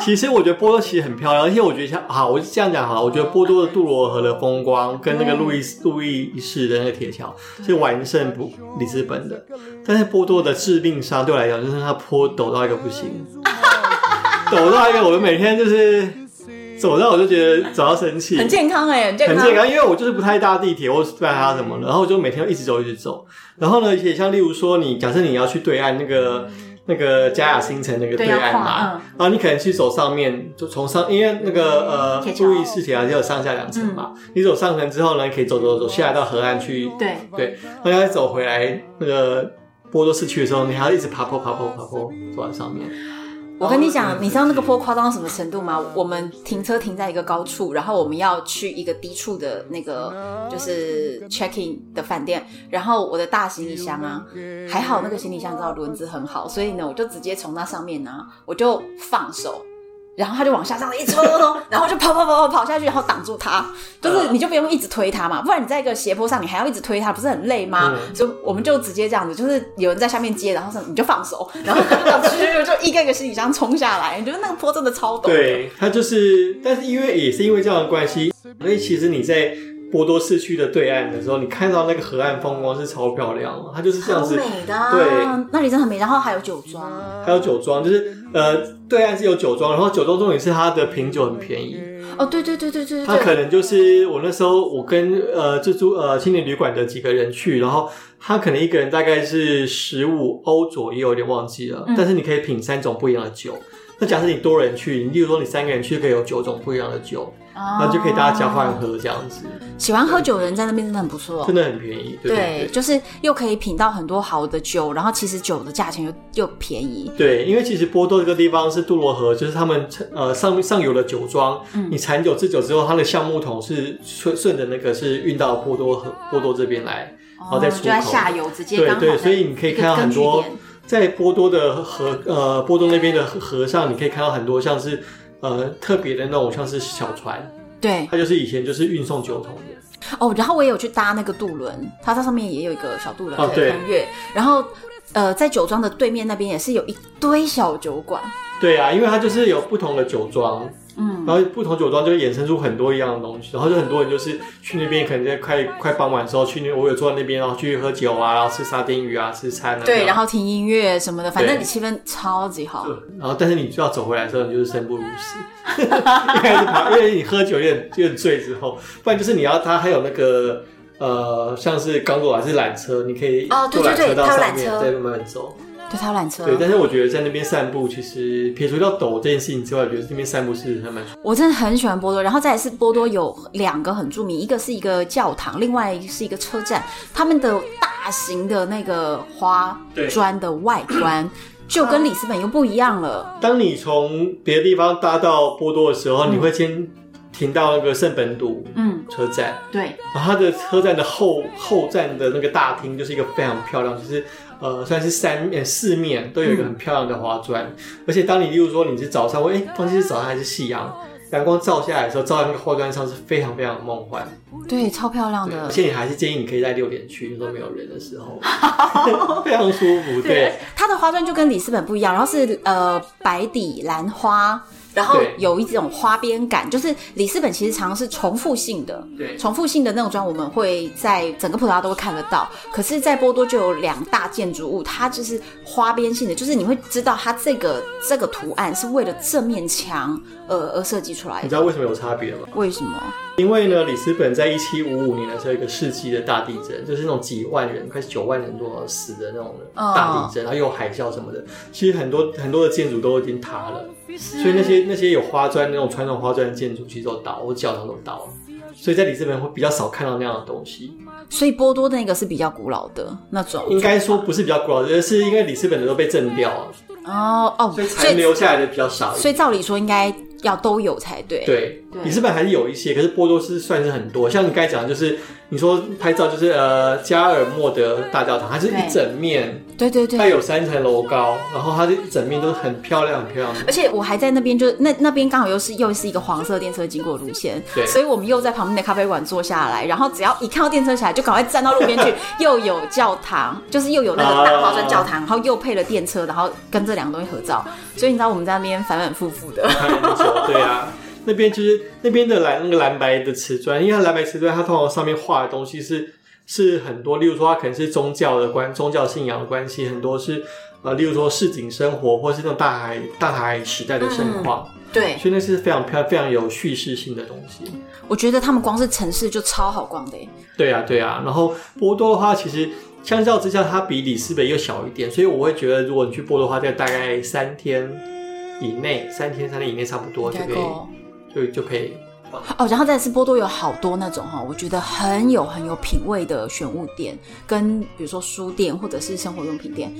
Speaker 2: 其实我觉得波多其实很漂亮，而且我觉得像好，我就这样讲好了。我觉得波多的杜罗河的风光跟那个路易
Speaker 1: 嗯
Speaker 2: 斯路易士的那个铁桥是完胜不里斯本的，但是波多的致命伤对我来讲就是它坡陡到一个不行，
Speaker 1: 哦
Speaker 2: 陡到一个我每天就是走到我就觉得走到生气，
Speaker 1: 很健康哎、很健
Speaker 2: 很
Speaker 1: 康。嗯
Speaker 2: 健康，因为我就是不太搭地铁或是不太搭什么的，然后我就每天都一直走一直走。然后呢，也像例如说你，假设你要去对岸那个那个加雅新城那个
Speaker 1: 嗯对要
Speaker 2: 岸
Speaker 1: 跨
Speaker 2: 嘛，
Speaker 1: 嗯
Speaker 2: 然后你可能去走上面，就从上，因为那个呃
Speaker 1: 铁桥嗯
Speaker 2: 路易斯铁桥就有上下两层嘛，你走上层之后呢，可以走走走下来到河岸去，
Speaker 1: 对
Speaker 2: 对，然后再走回来那个。波多市区的时候，你还要一直爬坡爬坡爬坡走到上面，
Speaker 1: 我跟你
Speaker 2: 哦
Speaker 1: 讲，你知道那个坡夸张到什么程度吗？我们停车停在一个高处，然后我们要去一个低处的那个就是 check in 的饭店，然后我的大行李箱啊，还好那个行李箱知道轮子很好，所以呢，我就直接从那上面拿，我就放手。然后他就往下这样一抽，然后就跑跑跑跑跑下去，然后挡住他，就是你就不用一直推他嘛，不然你在一个斜坡上，你还要一直推他，不是很累吗？
Speaker 2: 嗯
Speaker 1: 所以我们就直接这样子，就是有人在下面接，然后说你就放手，然后他就这样咻就一个一个行李箱冲下来，你觉得那个坡真的超陡。，
Speaker 2: 对，它就是，但是因为也是因为这样的关系，所以其实你在波多市区的对岸的时候，你看到那个河岸风光是超漂亮的，它就是这样
Speaker 1: 好
Speaker 2: 子。
Speaker 1: 美的、啊，
Speaker 2: 对，
Speaker 1: 那里真的很美。然后还有酒庄，
Speaker 2: 还有酒庄，就是呃，对岸是有酒庄，然后酒庄重点是它的品酒很便宜，
Speaker 1: 哦，对对对对对
Speaker 2: 他
Speaker 1: 对
Speaker 2: 可
Speaker 1: 对，
Speaker 2: 能就是我那时候我跟呃自助呃青年旅馆的几个人去，然后他可能一个人大概是十五欧左右，有点忘记了。
Speaker 1: 嗯
Speaker 2: 但是你可以品三种不一样的酒。那假设你多人去，你例如说你三个人去，可以有九种不一样的酒，
Speaker 1: 然
Speaker 2: 然后就可以大家交换。喝这样子，
Speaker 1: 啊喜欢喝酒的人在那边真的很不错，
Speaker 2: 真的很便宜。对
Speaker 1: 哦对，
Speaker 2: 对对
Speaker 1: 就是又可以品到很多好的酒，然后其实酒的价钱又又便宜。
Speaker 2: 对，因为其实波多这个地方是杜罗河，就是他们呃上上游的酒庄，
Speaker 1: 嗯
Speaker 2: 你产酒制酒之后，它的橡木桶是顺顺着那个是运到波多河波多这边来，然后再出
Speaker 1: 哦
Speaker 2: 口。
Speaker 1: 就在下游直接
Speaker 2: 对
Speaker 1: 刚好
Speaker 2: 对
Speaker 1: 在
Speaker 2: 所以你可以
Speaker 1: 一个
Speaker 2: 看到很
Speaker 1: 根据
Speaker 2: 多
Speaker 1: 点
Speaker 2: 在波多的河，呃，波多那边的河上，你可以看到很多像是，呃，特别的那种像是小船，
Speaker 1: 对
Speaker 2: 它就是以前就是运送酒桶的。
Speaker 1: 哦，然后我也有去搭那个渡轮，它在上面也有一个小渡轮
Speaker 2: 哦
Speaker 1: 可以
Speaker 2: 对
Speaker 1: 穿越。然后呃，在酒庄的对面那边也是有一堆小酒馆，
Speaker 2: 对啊，因为它就是有不同的酒庄，嗯，然后不同酒庄就会衍生出很多一样的东西，然后就很多人就是去那边，可能在快快傍晚的时候去那，我有坐在那边，然后去喝酒啊，然后吃沙丁鱼啊，吃餐啊，
Speaker 1: 对， (laughs) 然
Speaker 2: 后
Speaker 1: 后听音乐什么的，反正
Speaker 2: 对
Speaker 1: 你气氛超级好。
Speaker 2: 然后但是你就要走回来的时候，你就是生不如死，一开始跑，因为你喝酒有点有点醉之后，不然就是你要它还有那个呃，像是刚果还是缆车，你可以
Speaker 1: 哦对
Speaker 2: 坐缆
Speaker 1: 对对
Speaker 2: 车到
Speaker 1: 它有
Speaker 2: 上
Speaker 1: 缆
Speaker 2: 面
Speaker 1: 车嗯
Speaker 2: 再慢慢走。
Speaker 1: 对，它有缆车
Speaker 2: 对，，但是我觉得在那边散步，其实撇除掉抖这件事情之外，我觉得那边散步是还蛮舒服
Speaker 1: 我真的很喜欢波多。然后再来是波多有两个很著名，一个是一个教堂，另外是一个车站，他们的大型的那个花
Speaker 2: 对
Speaker 1: 砖的外观就跟里斯本又不一样了。
Speaker 2: 当你从别的地方搭到波多的时候，你会先停到那个圣本笃
Speaker 1: 嗯，
Speaker 2: 车站，
Speaker 1: 对，
Speaker 2: 然后它的车站的后后站的那个大厅就是一个非常漂亮，就是呃算是三面四面都有一个很漂亮的花砖，
Speaker 1: 嗯
Speaker 2: 而且当你例如说你是早上，哎，忘记是早上还是夕阳，阳光照下来的时候，照在那个花砖上是非常非常梦幻。
Speaker 1: 对，超漂亮
Speaker 2: 对，
Speaker 1: 的
Speaker 2: 而。且你还是建议你可以在六点去，那时候没有人的时
Speaker 1: (laughs)
Speaker 2: 候， (laughs) 非常舒服。对，
Speaker 1: 它的花砖就跟里斯本不一样，然后是呃白底蓝花，然后
Speaker 2: 对
Speaker 1: 有一种花边感，就是里斯本其实常常是重复性的，
Speaker 2: 对
Speaker 1: 重复性的那种砖我们会在整个葡萄牙都会看得到，可是，在波多就有两大建筑物，它就是花边性的，就是你会知道它这个这个图案是为了这面墙而而设计出来的
Speaker 2: 你知，道为什么有差别吗？
Speaker 1: 为什么？
Speaker 2: 因为呢，里斯本在一七五五年的时候，有一个世纪的大地震，就是那种几万人，快九万人多死的那种呃大地震，然后又有海啸什么的。其实很多很多的建筑都已经塌了，所以那些那些有花砖那种传统花砖的建筑，其实都倒，或教堂都倒了。所以在里斯本会比较少看到那样的东西，
Speaker 1: 所以波多的那个是比较古老的那种，
Speaker 2: 应该说不是比较古老，而是因为里斯本的都被震掉了，
Speaker 1: 哦哦，
Speaker 2: 所以残留下来的比较少一点。
Speaker 1: 所以照理说应该要都有才对。
Speaker 2: 对
Speaker 1: 对，
Speaker 2: 里斯本还是有一些，可是波多是算是很多。像你刚才讲，的就是你说拍照，就是呃加尔默德大教堂，它是
Speaker 1: 对
Speaker 2: 一整面，
Speaker 1: 对对对
Speaker 2: 它有三层楼高，然后它的一整面都是很漂亮、很漂亮的。
Speaker 1: 而且我还在那边，就是那那边刚好又是又是一个黄色电车经过的路线，
Speaker 2: 对
Speaker 1: 所以我们又在旁边的咖啡馆坐下来，然后只要一看到电车起来，就赶快站到路边去。又有教堂，就是又有那个大花砖教堂，然后又配了电车，然后跟这两个东西合照。所以你知道我们在那边反反复复的，
Speaker 2: 看了很久，对
Speaker 1: (laughs)
Speaker 2: 啊。那边就是那边的蓝那个蓝白的瓷砖，因为它蓝白瓷砖它通常上面画的东西是是很多，例如说它可能是宗教的关宗教信仰的关系，很多是呃，例如说市井生活或是那种大海大海时代的神话，
Speaker 1: 对
Speaker 2: 所以那是非常漂非常有叙事性的东西。
Speaker 1: 我觉得他们光是城市就超好逛的耶，欸
Speaker 2: 对啊，对啊。然后波多的话，其实相较之下，它比里斯本又小一点，所以我会觉得，如果你去波多的话，在大概三天以内，三天三天以内差不多
Speaker 1: 应
Speaker 2: 就
Speaker 1: 该
Speaker 2: 可
Speaker 1: 够
Speaker 2: 以，就就可以吧。
Speaker 1: 哦，然后再是波多有好多那种哈、我觉得很有很有品味的选物店，跟比如说书店或者是生活用品店，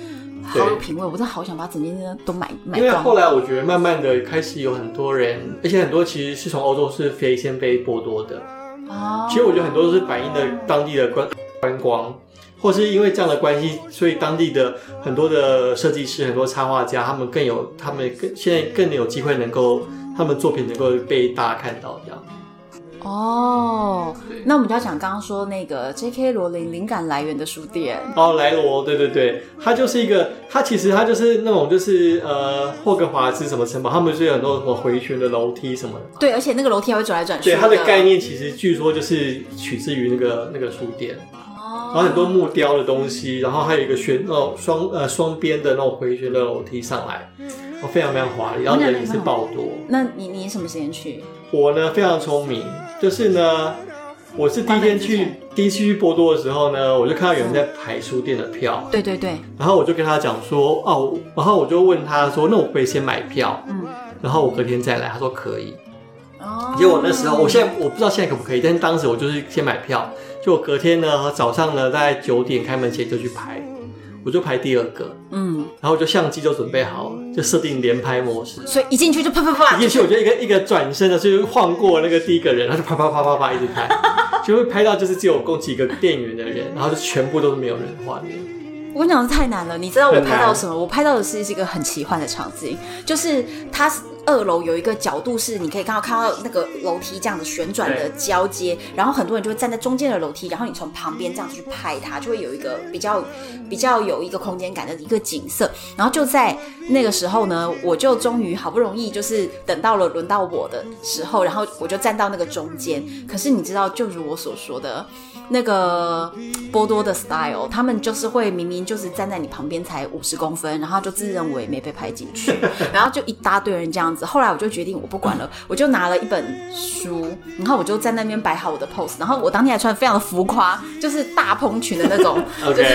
Speaker 1: 好有
Speaker 2: 对
Speaker 1: 品味，我真的好想把整间店都买买
Speaker 2: 因为
Speaker 1: 光
Speaker 2: 后。来我觉得慢慢的开始有很多人，而且很多其实是从欧洲是飞先飞波多的。
Speaker 1: 哦
Speaker 2: 其实我觉得很多都是反映的当地的观观光，或是因为这样的关系，所以当地的很多的设计师、很多插画家，他们更有他们更现在更有机会能够他们作品能够被大家看到这样。
Speaker 1: 哦
Speaker 2: 对，
Speaker 1: 那我们就要讲刚刚说那个 J.K. 罗琳灵感来源的书店
Speaker 2: 哦，莱罗，对对对，他就是一个，他其实他就是那种就是呃霍格华兹什么城堡，他们就是有很多什么回旋的楼梯什么的嘛。
Speaker 1: 对，而且那个楼梯还会转来转去。
Speaker 2: 对，它的概念其实据说就是取自于那个那个书店。
Speaker 1: 哦，
Speaker 2: 然后很多木雕的东西，然后还有一个旋那种双呃双边的那种回旋的楼梯上来，哦，非常非常华丽，然后人也是爆多。
Speaker 1: 那你你什么时间去？
Speaker 2: 我呢非常聪明，就是呢，我是第一天去第一次去波多的时候呢，我就看到有人在排书店的票，
Speaker 1: 对对对，
Speaker 2: 然后我就跟他讲说哦，然后我就问他说，那我可不可以先买票，
Speaker 1: 嗯，
Speaker 2: 然后我隔天再来，他说可以。
Speaker 1: 哦
Speaker 2: 结果那时候，我现在我不知道现在可不可以，但是当时我就是先买票，就我隔天呢早上呢大概九点开门前就去排，我就排第二个，
Speaker 1: 嗯，
Speaker 2: 然后我就相机就准备好了，就设定连拍模式。
Speaker 1: 所以一进去就啪啪啪
Speaker 2: 一，进去我就一个一个转身呢，就是晃过那个第一个人，然后就啪啪啪啪啪一直拍， (laughs) 就会拍到就是只有共几个店员的人，然后就全部都是没有人的
Speaker 1: (laughs)
Speaker 2: 画面。
Speaker 1: 我跟你讲，这太难了。你知道我
Speaker 2: 很难
Speaker 1: 拍到什么？我拍到的是一个很奇幻的场景，就是它是二楼有一个角度是你可以刚好看到那个楼梯这样子旋转的
Speaker 2: 对，
Speaker 1: 交接，然后很多人就会站在中间的楼梯，然后你从旁边这样子去拍它，就会有一个比较比较有一个空间感的一个景色。然后就在那个时候呢，我就终于好不容易就是等到了轮到我的时候，然后我就站到那个中间。可是你知道，就如我所说的，那个嗯波多的 style，他们就是会明明就是站在你旁边才五十公分，然后就自认为没被拍进去，然后就一大堆人这样子。后来我就决定我不管了，我就拿了一本书，然后我就在那边摆好我的 pose，然后我当天还穿得非常的浮夸，就是大蓬裙的那种
Speaker 2: OK
Speaker 1: 就是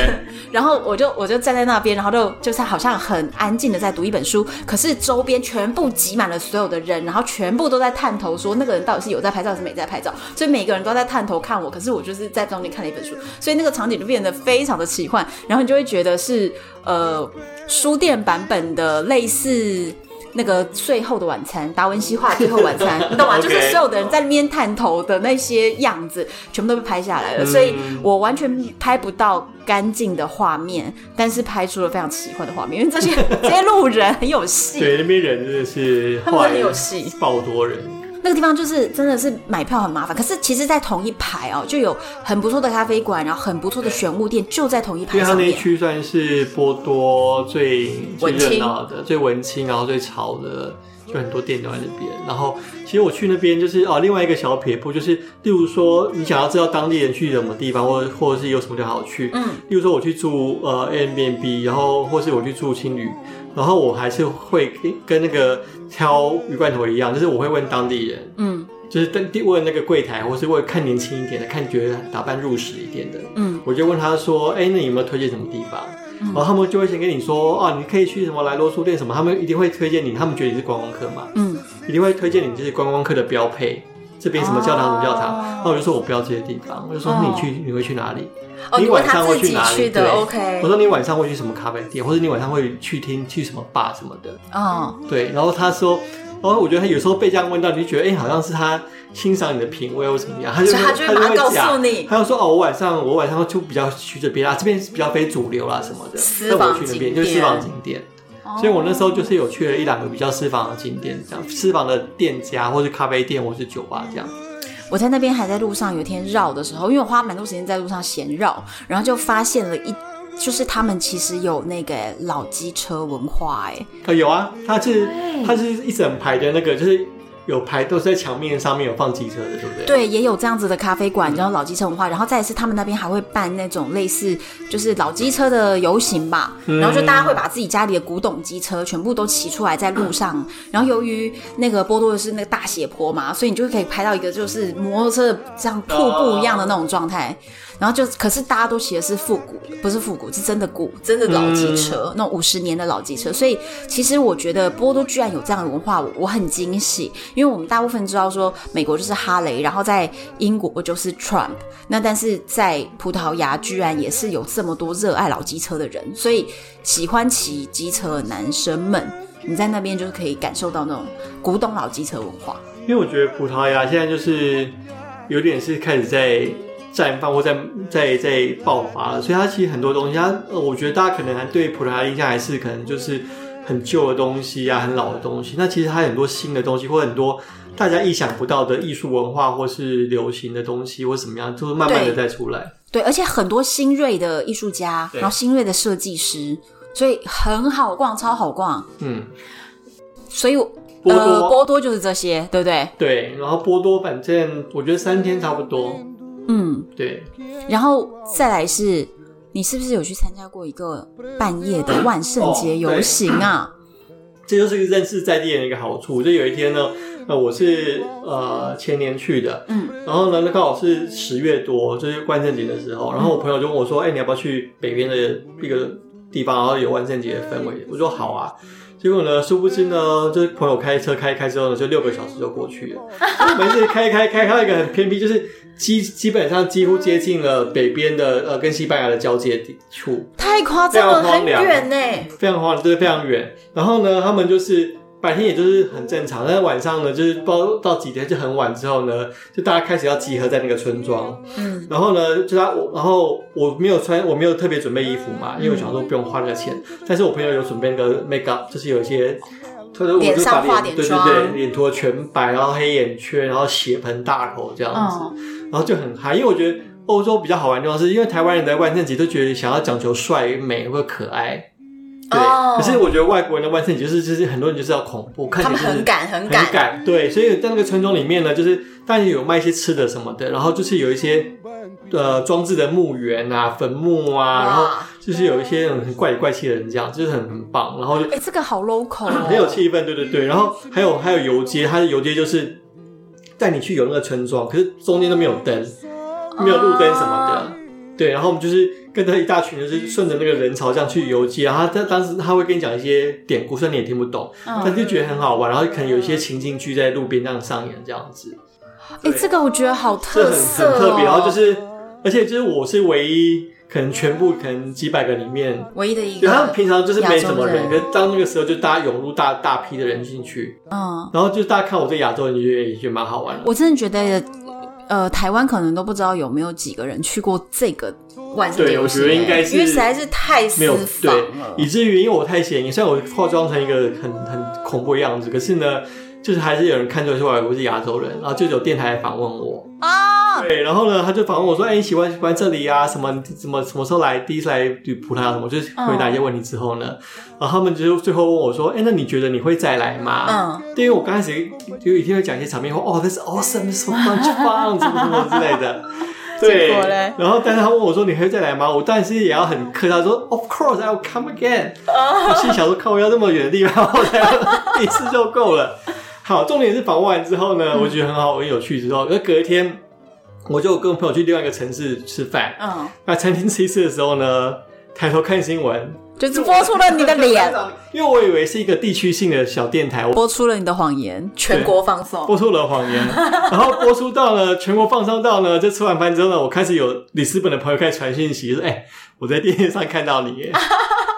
Speaker 1: 然后我就我就站在那边，然后就就是好像很安静的在读一本书，可是周边全部挤满了所有的人，然后全部都在探头说那个人到底是有在拍照还是没在拍照，所以每个人都在探头看我，可是我就是在中间看了一本书，所以那个场景就变得非常的奇幻，然后你就会觉得是呃书店版本的类似。那个最后的晚餐，达文西画最后晚餐，你懂吗
Speaker 2: OK
Speaker 1: 就是所有的人在那边探头的那些样子，全部都被拍下
Speaker 2: 嗯
Speaker 1: 来了，所以我完全拍不到干净的画面，但是拍出了非常奇幻的画面，因为这些这些路人很有戏，
Speaker 2: 对，那边人真的是
Speaker 1: 他们真的有戏，
Speaker 2: 爆多人。
Speaker 1: 那个地方就是真的是买票很麻烦。可是其实，在同一排哦，就有很不错的咖啡馆，然后很不错的玄物店，就在同一
Speaker 2: 因
Speaker 1: 排
Speaker 2: 为它
Speaker 1: 上
Speaker 2: 那一
Speaker 1: 面。
Speaker 2: 区算是波多最最
Speaker 1: 文青
Speaker 2: 热闹的、最文青，然后最潮的，就很多店都在那边。然后其实我去那边就是哦，另外一个小撇步就是，例如说你想要知道当地人去什么地方，或者或者是有什么地方好去，
Speaker 1: 嗯，
Speaker 2: 例如说我去住呃 a b n b 然后或是我去住青旅，然后我还是会跟跟那个挑鱼罐头一样，就是我会问当地人。
Speaker 1: 嗯
Speaker 2: 就是当地问那个柜台，或是问看年轻一点的，看觉得打扮入时一点的，
Speaker 1: 嗯，
Speaker 2: 我就问他说：“哎、那你有没有推荐什么地方？”然后他们就会先跟你说：“哦，你可以去什么来罗书店什么，他们一定会推荐你，他们觉得你是观光客嘛，
Speaker 1: 嗯，
Speaker 2: 一定会推荐你这是观光客的标配。”这边什么教堂什么教堂，
Speaker 1: 哦
Speaker 2: 然后我就说我不要这些地方，我就说
Speaker 1: 哦
Speaker 2: 那你去你会去哪里？
Speaker 1: 哦，你问
Speaker 2: 晚
Speaker 1: 他
Speaker 2: 上
Speaker 1: 自
Speaker 2: 会
Speaker 1: 己
Speaker 2: 哪里？
Speaker 1: 去的
Speaker 2: 对
Speaker 1: ，OK，
Speaker 2: 我说你晚上会去什么咖啡店，或者你晚上会去听去什么吧什么的。
Speaker 1: 嗯，
Speaker 2: 对，然后他说，然后我觉得他有时候被这样问到，你就觉得哎、好像是他欣赏你的品味或怎么样，他就
Speaker 1: 所以他就会马上
Speaker 2: 会
Speaker 1: 告诉
Speaker 2: 讲
Speaker 1: 你
Speaker 2: 他就说哦，我晚上我晚上就比较去这边啊，这边是比较非主流啦什么的，
Speaker 1: 私
Speaker 2: 那我
Speaker 1: 房
Speaker 2: 去那
Speaker 1: 景
Speaker 2: 边就是私
Speaker 1: 点哦
Speaker 2: 房景点。所以我那时候就是有去了一两个比较私房的景点，这样私房的店家或是咖啡店或是酒吧这样。
Speaker 1: 我在那边还在路上，有一天绕的时候，因为我花蛮多时间在路上闲绕，然后就发现了一，就是他们其实有那个老机车文化、哎，
Speaker 2: 呃，有啊，它是
Speaker 1: 对
Speaker 2: 它是一整排的那个，就是有排都是在墙面上面有放机车的，对不对？
Speaker 1: 对，也有这样子的咖啡馆，然后老机车文化，然后再来是他们那边还会办那种类似就是老机车的游行吧，然后就大家会把自己家里的古董机车全部都骑出来在路上，然后由于那个波多的是那个大斜坡嘛，所以你就可以拍到一个就是摩托车这样瀑布一样的那种状态，然后就可是大家都骑的是复古，不是复古，是真的古，真的老机车，那种五十年的老机车。所以其实我觉得波多居然有这样的文化，我我很惊喜，因为我们大部分知道说美国就是哈雷，然后在英国就是 Trump，那但是在葡萄牙居然也是有这么多热爱老机车的人，所以喜欢骑机车的男生们。你在那边就是可以感受到那种古董老机车文化，
Speaker 2: 因为我觉得葡萄牙现在就是有点是开始在绽放或在在在爆发了，所以它其实很多东西，它呃我觉得大家可能还对葡萄牙印象还是可能就是很旧的东西啊，很老的东西。那其实它很多新的东西，或很多大家意呃想不到的艺术文化，或是流行的东西，或怎么样，就是慢慢的在出来。
Speaker 1: 对，而且很多新锐的艺术家，
Speaker 2: 对
Speaker 1: 然后新锐的设计师，所以很好逛，超好逛。
Speaker 2: 嗯，
Speaker 1: 所以我
Speaker 2: 波多
Speaker 1: 呃，波多就是这些，对不对？
Speaker 2: 对。然后波多，反正我觉得三天差不多。
Speaker 1: 嗯，
Speaker 2: 对，
Speaker 1: 然后再来是，你是不是有去参加过一个半夜
Speaker 2: (coughs)
Speaker 1: 的万圣
Speaker 2: 哦
Speaker 1: 节游行啊？
Speaker 2: 这就是认识在地人的一个好处。就有一天呢，呃，我是呃前年去的，
Speaker 1: 嗯，
Speaker 2: 然后呢，那刚好是十月多，就是万圣节的时候，然后我朋友就问我说：“哎、你要不要去北边的一个地方，然后有万圣节的氛围？”我说：“好啊。”结果呢，殊不知呢，就是朋友开车开一开之后呢，就六个小时就过去了。然后每次开一开开开到一个很偏僻，就是基基本上几乎接近了北边的呃跟西班牙的交界地处，
Speaker 1: 太夸张了，
Speaker 2: 非常
Speaker 1: 很
Speaker 2: 荒凉啊
Speaker 1: 远呢、
Speaker 2: 非常荒，就是非常远。然后呢，他们就是白天也就是很正常，但是晚上呢，就是不知道到几点就很晚之后呢，就大家开始要集合在那个村庄。
Speaker 1: 嗯，
Speaker 2: 然后呢，就他我，然后我没有穿，我没有特别准备衣服嘛，
Speaker 1: 嗯
Speaker 2: 因为我想说不用花那个钱。但是我朋友有准备那个 make up，就是有一些。他说：“我
Speaker 1: 脸
Speaker 2: 就
Speaker 1: 上
Speaker 2: 把
Speaker 1: 画点
Speaker 2: 脸对对
Speaker 1: 妆
Speaker 2: 对，脸涂得全白，然后黑眼圈，然后血盆大口这样子。
Speaker 1: 嗯，
Speaker 2: 然后就很嗨，因为我觉得欧洲比较好玩的地方是，因为台湾人在万圣节都觉得想要讲求帅、美或可爱，对。
Speaker 1: 哦
Speaker 2: 可是我觉得外国人的万圣节就是就是很多人就是要恐怖，看
Speaker 1: 他
Speaker 2: 起来
Speaker 1: 们
Speaker 2: 就
Speaker 1: (laughs)
Speaker 2: 是
Speaker 1: 很赶，很
Speaker 2: 很
Speaker 1: 赶，
Speaker 2: 赶，对。所以在那个村庄里面呢，就是当然有卖一些吃的什么的，然后就是有一些呃装置的墓园啊、坟墓啊，然后
Speaker 1: 哇，
Speaker 2: 就是有一些很怪里怪气的人这样，就是很很棒，然后就
Speaker 1: 哎、这个好 local 哦，
Speaker 2: 很有气氛，对对对。然后还有还有游街，它的游街就是带你去游那个村庄，可是中间都没有灯，没有路灯什么
Speaker 1: 哦
Speaker 2: 的。对，然后我们就是跟着一大群，就是顺着那个人潮这样去游街。然后他当时他会跟你讲一些典故，虽然你也听不懂，
Speaker 1: 嗯
Speaker 2: 但就觉得很好玩。然后可能有一些情境剧在路边这样上演，这样子，
Speaker 1: 哎、这个我觉得好
Speaker 2: 这
Speaker 1: 特
Speaker 2: 很
Speaker 1: 色、哦，
Speaker 2: 很特别。然后就是，而且就是我是唯一，可能全部可能几百个里面。
Speaker 1: 唯一的一
Speaker 2: 对，他们
Speaker 1: 个，
Speaker 2: 平常就是没什么
Speaker 1: 亚
Speaker 2: 人，
Speaker 1: 洲
Speaker 2: 可
Speaker 1: 人
Speaker 2: 是当那个时候就大家涌入大大批的人进去，
Speaker 1: 嗯，
Speaker 2: 然后就大家看我在亚洲，你就觉得也觉得蛮好玩的。
Speaker 1: 我真的觉得，呃，台湾可能都不知道有没有几个人去过这个晚上的
Speaker 2: 对
Speaker 1: 游戏
Speaker 2: 我觉得应该是
Speaker 1: 因为实在是太
Speaker 2: 没
Speaker 1: 私
Speaker 2: 有
Speaker 1: 访
Speaker 2: 对
Speaker 1: 了，，
Speaker 2: 以至于因为我太显眼，虽然我化妆成一个很很恐怖的样子，可是呢，就是还是有人看出来说我是亚洲人，然后就有电台来访问我啊，对，然后呢，他就访问
Speaker 1: 嗯
Speaker 2: 我说，哎、你喜欢喜欢这里啊？什么什么什么时候来？第一次来葡萄牙什么？我就是
Speaker 1: 嗯
Speaker 2: 回答一些问题之后呢，然后他们就最后问我说，哎、那你觉得你会再来吗？
Speaker 1: 嗯，
Speaker 2: 对，因为我刚开始有一天会讲一些场面话，哦，这是 awesome，so
Speaker 1: (laughs)
Speaker 2: much fun，什么什么之类的。对
Speaker 1: 结果嘞，
Speaker 2: 然后但是他问我说：“你还会再来吗？”我当然是也要很客套说：“Of course, I'll come again。”我
Speaker 1: 哦
Speaker 2: 心想说：“靠，我要那么远的地方，我才要 (laughs) 一次就够了。”好，重点是访问完之后
Speaker 1: 嗯
Speaker 2: 呢，我觉得很好，很有趣。之后，那隔天我就跟朋友去另外一个城市吃饭，
Speaker 1: 嗯，
Speaker 2: 那餐厅吃一次的时候呢，抬头看新闻，
Speaker 1: 就是播出了你的脸，
Speaker 2: 因为我以为是一个地区性的小电台，我
Speaker 1: 播出了你的谎言，全国放送。
Speaker 2: 播出了谎
Speaker 1: (laughs)
Speaker 2: 言，然后播出到了全国放送到呢，就吃完饭之后呢，我开始有里斯本的朋友开始传讯息说：“哎、我在电视上看到你。
Speaker 1: (laughs)
Speaker 2: 耶”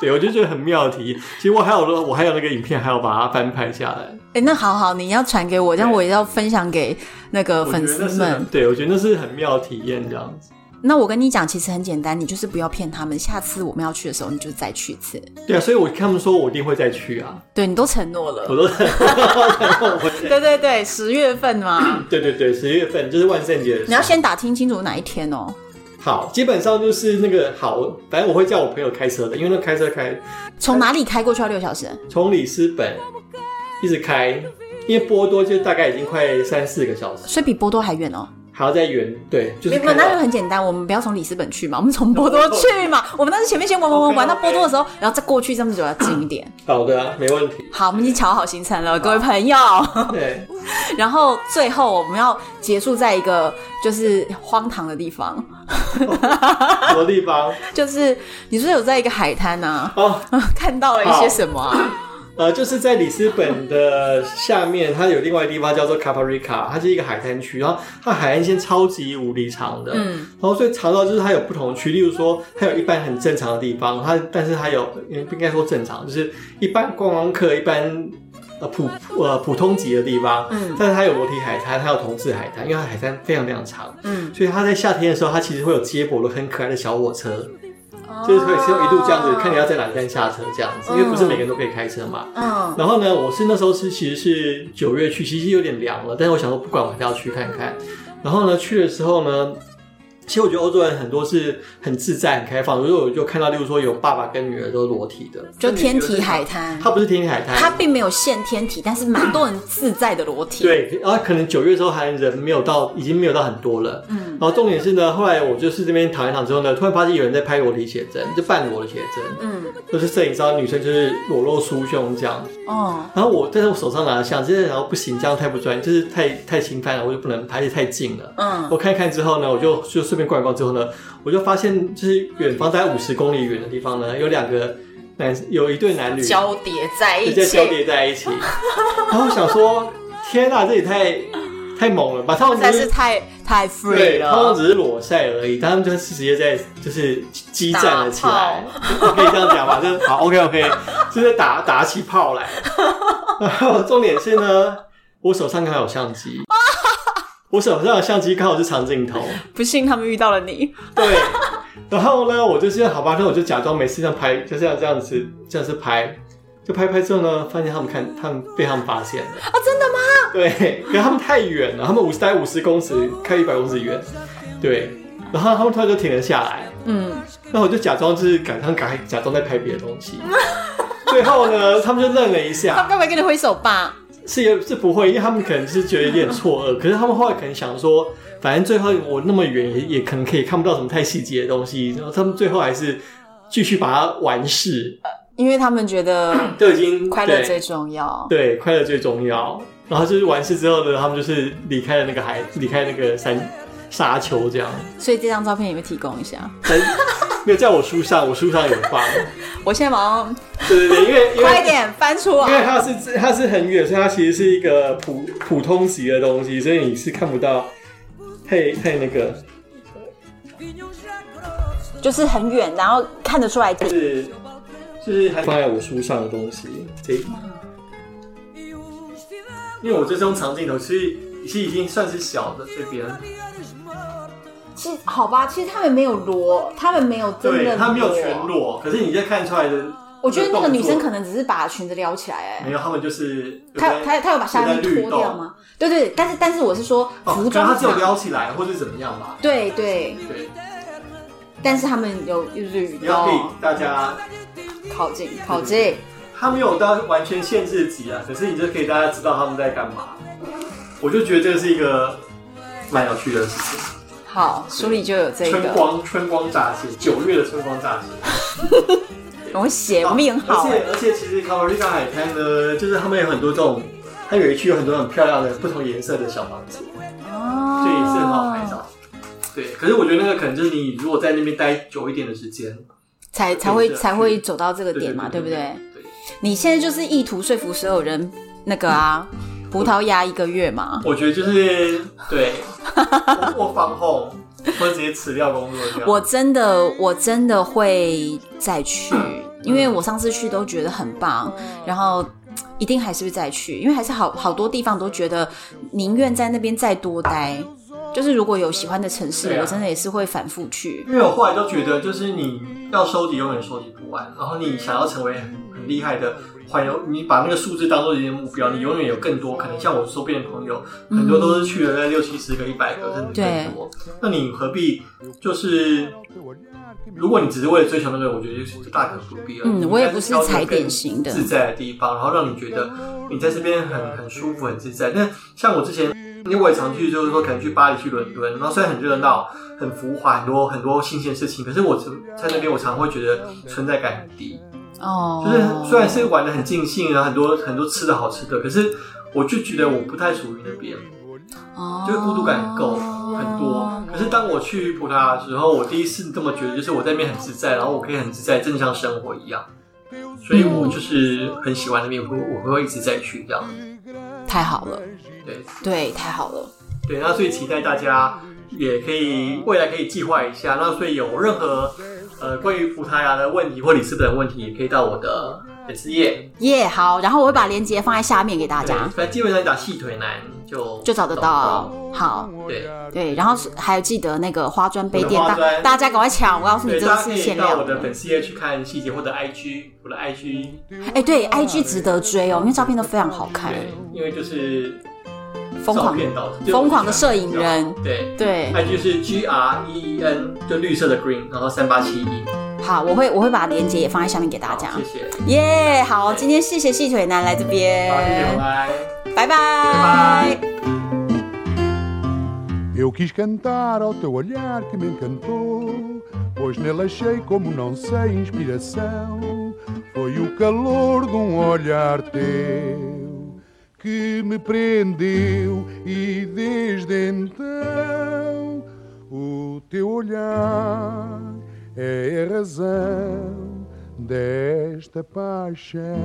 Speaker 2: 对，我就觉得很妙的题。其实我还有我还有那个影片，还要把它翻拍下来。
Speaker 1: 哎、那好好，你要传给我，这样
Speaker 2: 对
Speaker 1: 我也要分享给那个粉丝
Speaker 2: 我觉得那是
Speaker 1: 们
Speaker 2: 很。对，我觉得那是很妙的体验，这样子。
Speaker 1: 那我跟你讲，其实很简单，你就是不要骗他们。下次我们要去的时候，你就再去一次。
Speaker 2: 对啊，所以我跟他们说我一定会再去啊，
Speaker 1: 对你都承诺
Speaker 2: 我
Speaker 1: 了，
Speaker 2: 都很
Speaker 1: 对对对，十月份
Speaker 2: (laughs)
Speaker 1: 嘛，
Speaker 2: 对对对，十月份就是万圣节的时候。
Speaker 1: 你要先打听清楚哪一天哦。
Speaker 2: 好，基本上就是那个好，反正我会叫我朋友开车的，因为那开车开
Speaker 1: 从哪里开过去要六小时？
Speaker 2: 从里斯本一直开，因为波多就大概已经快三四个小时，
Speaker 1: 所以比波多还远哦。
Speaker 2: 还要再远，对，就是
Speaker 1: 没有，
Speaker 2: 开
Speaker 1: 那就
Speaker 2: 到
Speaker 1: 很简单，我们不要从里斯本去嘛，我们从波
Speaker 2: (laughs)
Speaker 1: 多去嘛。我们当时前面先玩玩玩
Speaker 2: OK，OK
Speaker 1: 玩到波多的时候，然后再过去，这样子就要近一点。
Speaker 2: 好的、啊，没问题。
Speaker 1: 好，我们已经瞧好行程了，各位朋友。 (laughs)
Speaker 2: 对，
Speaker 1: 然后最后我们要结束在一个就是荒唐的地方，
Speaker 2: 什么地方？
Speaker 1: 就是你是有在一个海滩啊， (laughs)
Speaker 2: 哦，
Speaker 1: 看到了一些什么
Speaker 2: (coughs)
Speaker 1: 啊？
Speaker 2: 呃，就是在里斯本的下面，它有另外一个地方叫做卡帕瑞卡，它是一个海滩区，然后它海岸线超级无敌长的，
Speaker 1: 嗯，
Speaker 2: 然后所以长到就是它有不同的区，例如说它有一般很正常的地方，它但是它有嗯不应该说正常，就是一般观光客一般呃普呃普通级的地方，
Speaker 1: 嗯
Speaker 2: 但是它有裸体海滩，它有同志海滩，因为它海滩非常非常长，
Speaker 1: 嗯，
Speaker 2: 所以它在夏天的时候，它其实会有接驳的很可爱的小火车，就是可以是一路这样子，看你要在哪一站下车这样子，因为不是每个人都可以开车嘛。
Speaker 1: 嗯
Speaker 2: 然后呢，我是那时候是其实是九月去，其实有点凉了，但是我想说不管，我还是要去看看。然后呢，去的时候呢，其实我觉得欧洲人很多是很自在、很开放，所以我就看到，例如说有爸爸跟女儿都裸体的，
Speaker 1: 就天体海滩，
Speaker 2: 它不是天体海滩，
Speaker 1: 它并没有限天体，但是蛮多人自在的裸体。，
Speaker 2: 对，然后可能九月的时候还人没有到，已经没有到很多了。
Speaker 1: 嗯
Speaker 2: 然后重点是呢，后来我就是这边躺一躺之后呢，突然发现有人在拍裸体写真，就半裸的写真，
Speaker 1: 嗯，
Speaker 2: 就是摄影师然后女生就是裸露酥胸这样。
Speaker 1: 哦，
Speaker 2: 然后我但是我手上拿着相机，然后不行，这样太不专业，就是太太侵犯了，我就不能拍，而且太近了。
Speaker 1: 嗯，
Speaker 2: 我看一看之后呢，我就就顺便逛一逛之后呢，我就发现就是远方在五十公里远的地方呢，有两个男，有一对男女
Speaker 1: 交叠在一
Speaker 2: 直接交
Speaker 1: 起，
Speaker 2: 叠在一起。然后我想说，天呐，这也太太猛了吧！他们
Speaker 1: 但
Speaker 2: 只
Speaker 1: 是
Speaker 2: 是
Speaker 1: 太太 free
Speaker 2: 对，他们
Speaker 1: 了。
Speaker 2: 只是裸晒而已，他们就是直接在就是激战了起来，可以这样讲吧？就是好，OK OK，就是打打起炮来。然后重点是呢，我手上刚好有相机，我手上的相机刚好是长镜头，
Speaker 1: 不信他们遇到了你，
Speaker 2: 对。然后呢，我就是好吧，那我就假装没事这样拍，就这样这样子这样子拍，就拍拍之后呢，发现他们看他们被他们发现了啊、
Speaker 1: 真
Speaker 2: 的吗？对，可是他们太远了，他们五十在五十公尺，开一百公尺远，对。然后他们突然就停了下来，
Speaker 1: 嗯，
Speaker 2: 那我就假装就是赶上赶假装在拍别的东 (laughs) 西。最后呢，他们就愣了一下，
Speaker 1: 他们该不会跟你挥手吧？
Speaker 2: 是也是不会，因为他们可能是觉得有点错愕，可是他们后来可能想说，反正最后我那么远也也可能可以看不到什么太细节的东西，然后他们最后还是继续把它完事，
Speaker 1: 因为他们觉得
Speaker 2: 都已经
Speaker 1: 快乐最
Speaker 2: 对
Speaker 1: 重要。
Speaker 2: 对快乐最重要。然后就是完事之后呢，他们就是离开了那个海，离开那个山沙丘这样。
Speaker 1: 所以这张照片也会提供一下。
Speaker 2: 但没有在我书上，我书上有放。
Speaker 1: 我现在马上
Speaker 2: 对对对，因为因
Speaker 1: 快
Speaker 2: 为
Speaker 1: 点翻出啊
Speaker 2: 因为
Speaker 1: 来。
Speaker 2: 它是它是很远，所以它其实是一个普普通级的东西，所以你是看不到太太那个
Speaker 1: 就是很远，然后看得出来。
Speaker 2: 是就是还放在我书上的东西。这一
Speaker 1: 嗯
Speaker 2: 因为我这是用长镜头，所以其实已经算是小的这边，
Speaker 1: 其实好吧，其实他们没有裸，他们没有真的
Speaker 2: 对，
Speaker 1: 裸。
Speaker 2: 它没有全裸，可是你在看出来的，
Speaker 1: 我觉得那个女生
Speaker 2: 动作
Speaker 1: 可能只是把裙子撩起来、哎
Speaker 2: 没，有，他们就是有
Speaker 1: 她
Speaker 2: 在
Speaker 1: 她她有把下
Speaker 2: 有
Speaker 1: 面
Speaker 2: 在律
Speaker 1: 脱掉
Speaker 2: 动
Speaker 1: 吗？对对，但是但是我是说
Speaker 2: 哦，
Speaker 1: 服
Speaker 2: 可能
Speaker 1: 装
Speaker 2: 他只有
Speaker 1: 上，
Speaker 2: 撩起来或者怎么样吧，
Speaker 1: 对对，
Speaker 2: 对，
Speaker 1: 但是他们有就是语
Speaker 2: 你要给
Speaker 1: 哦，
Speaker 2: 大家
Speaker 1: 靠近靠近，
Speaker 2: 他没有到完全限制级啊，可是你就可以大家知道他们在干嘛。我就觉得这是一个蛮有趣的事情，
Speaker 1: 好，书里就有这
Speaker 2: 春
Speaker 1: 个，
Speaker 2: 光春光乍泄，九月的春光乍泄，
Speaker 1: 我写命好、
Speaker 2: 而且
Speaker 1: 哎
Speaker 2: 而且其实卡罗利卡海滩呢，就是他们有很多这种，它有一区有很多很漂亮的不同颜色的小房子，
Speaker 1: 哦
Speaker 2: 所以也是很好拍照。对，可是我觉得那个可能就是你如果在那边待久一点的时间，
Speaker 1: 才才会
Speaker 2: 对是啊
Speaker 1: 才会走到这个
Speaker 2: 对
Speaker 1: 点嘛，对不对？？
Speaker 2: 对，
Speaker 1: 你现在就是意图说服所有人那个啊，
Speaker 2: 嗯
Speaker 1: 葡萄牙一个月嘛，
Speaker 2: 我觉得就是对，我 (laughs) 我防控，或者直接辞掉工作这样。
Speaker 1: 我真的我真的会再去，因为我上次去都觉得很棒，然后。一定还是会再去，因为还是好好多地方都觉得宁愿在那边再多待。就是如果有喜欢的城市，
Speaker 2: 对啊
Speaker 1: 我真的也是会反复去。
Speaker 2: 因为我后来就觉得，就是你要收集永远收集不完，然后你想要成为很很厉害的环游，你把那个数字当做一个目标，你永远有更多可能。像我周边的朋友，很多都是去了那六七十个、一百个，甚至
Speaker 1: 对
Speaker 2: 更多。那你何必就是？如果你只是为了追求那个，我觉得就是大可不必了。啊
Speaker 1: 嗯
Speaker 2: 你应该
Speaker 1: 我也不是
Speaker 2: 挑选
Speaker 1: 踩
Speaker 2: 更
Speaker 1: 点型的
Speaker 2: 自在的地方，然后让你觉得你在这边很很舒服、很自在。但像我之前，因为我也常去，就是说可能去巴黎、去伦敦，然后虽然很热闹、很浮华，很多很多新鲜事情，可是我在那边我常会觉得存在感很低。
Speaker 1: 哦，
Speaker 2: 就是虽然是玩的很尽兴啊，很多很多吃的好吃的，可是我就觉得我不太属于那边，
Speaker 1: 哦
Speaker 2: 就是孤独感很够很多。可是当我去葡萄牙的时候，我第一次这么觉得，就是我在那边很自在，然后我可以很自在，正像生活一样。所以我就是很喜欢那边，我我会一直再去这样。
Speaker 1: 太好了，
Speaker 2: 对
Speaker 1: 对，太好了，
Speaker 2: 对，那所以期待大家也可以未来可以计划一下。那所以有任何呃关于葡萄牙的问题或里斯本的问题，也可以到我的粉丝页。
Speaker 1: 耶、好，然后我会把链接放在下面给大
Speaker 2: 对
Speaker 1: 家，，
Speaker 2: 反正基本上你打细腿男就
Speaker 1: 就找得到。。好，
Speaker 2: 对
Speaker 1: 对，然后是还有记得那个花砖杯店，
Speaker 2: 我的花
Speaker 1: 大
Speaker 2: 砖
Speaker 1: 大家赶快抢！我告诉你，
Speaker 2: 对，
Speaker 1: 这
Speaker 2: 大
Speaker 1: 个
Speaker 2: 家可
Speaker 1: 是
Speaker 2: 以
Speaker 1: 限
Speaker 2: 到
Speaker 1: 量
Speaker 2: 我的粉丝页去看细节，或者 IG，我的 IG，
Speaker 1: 哎，对，IG 值得追哦，因为照片都非常好看，
Speaker 2: 对，因为就是
Speaker 1: 疯
Speaker 2: 照
Speaker 1: 狂
Speaker 2: 片到
Speaker 1: 疯狂的摄影人，
Speaker 2: 对
Speaker 1: 对，
Speaker 2: ，IG 是 G R E E N，就绿色的 green，然后三八七一，
Speaker 1: 好，我会我会把链接也放在下面给大
Speaker 2: 好
Speaker 1: 家。
Speaker 2: 谢谢，
Speaker 1: 耶好，今天谢谢细腿男来这边
Speaker 2: 好，，谢谢，
Speaker 1: 拜
Speaker 2: 拜拜。
Speaker 1: 拜
Speaker 2: 拜
Speaker 3: Eu quis cantar ao teu olhar que me encantou, pois nele achei como não sei inspiração. Foi o calor de um olhar teu que me prendeu e desde então o teu olhar é a razão desta paixão.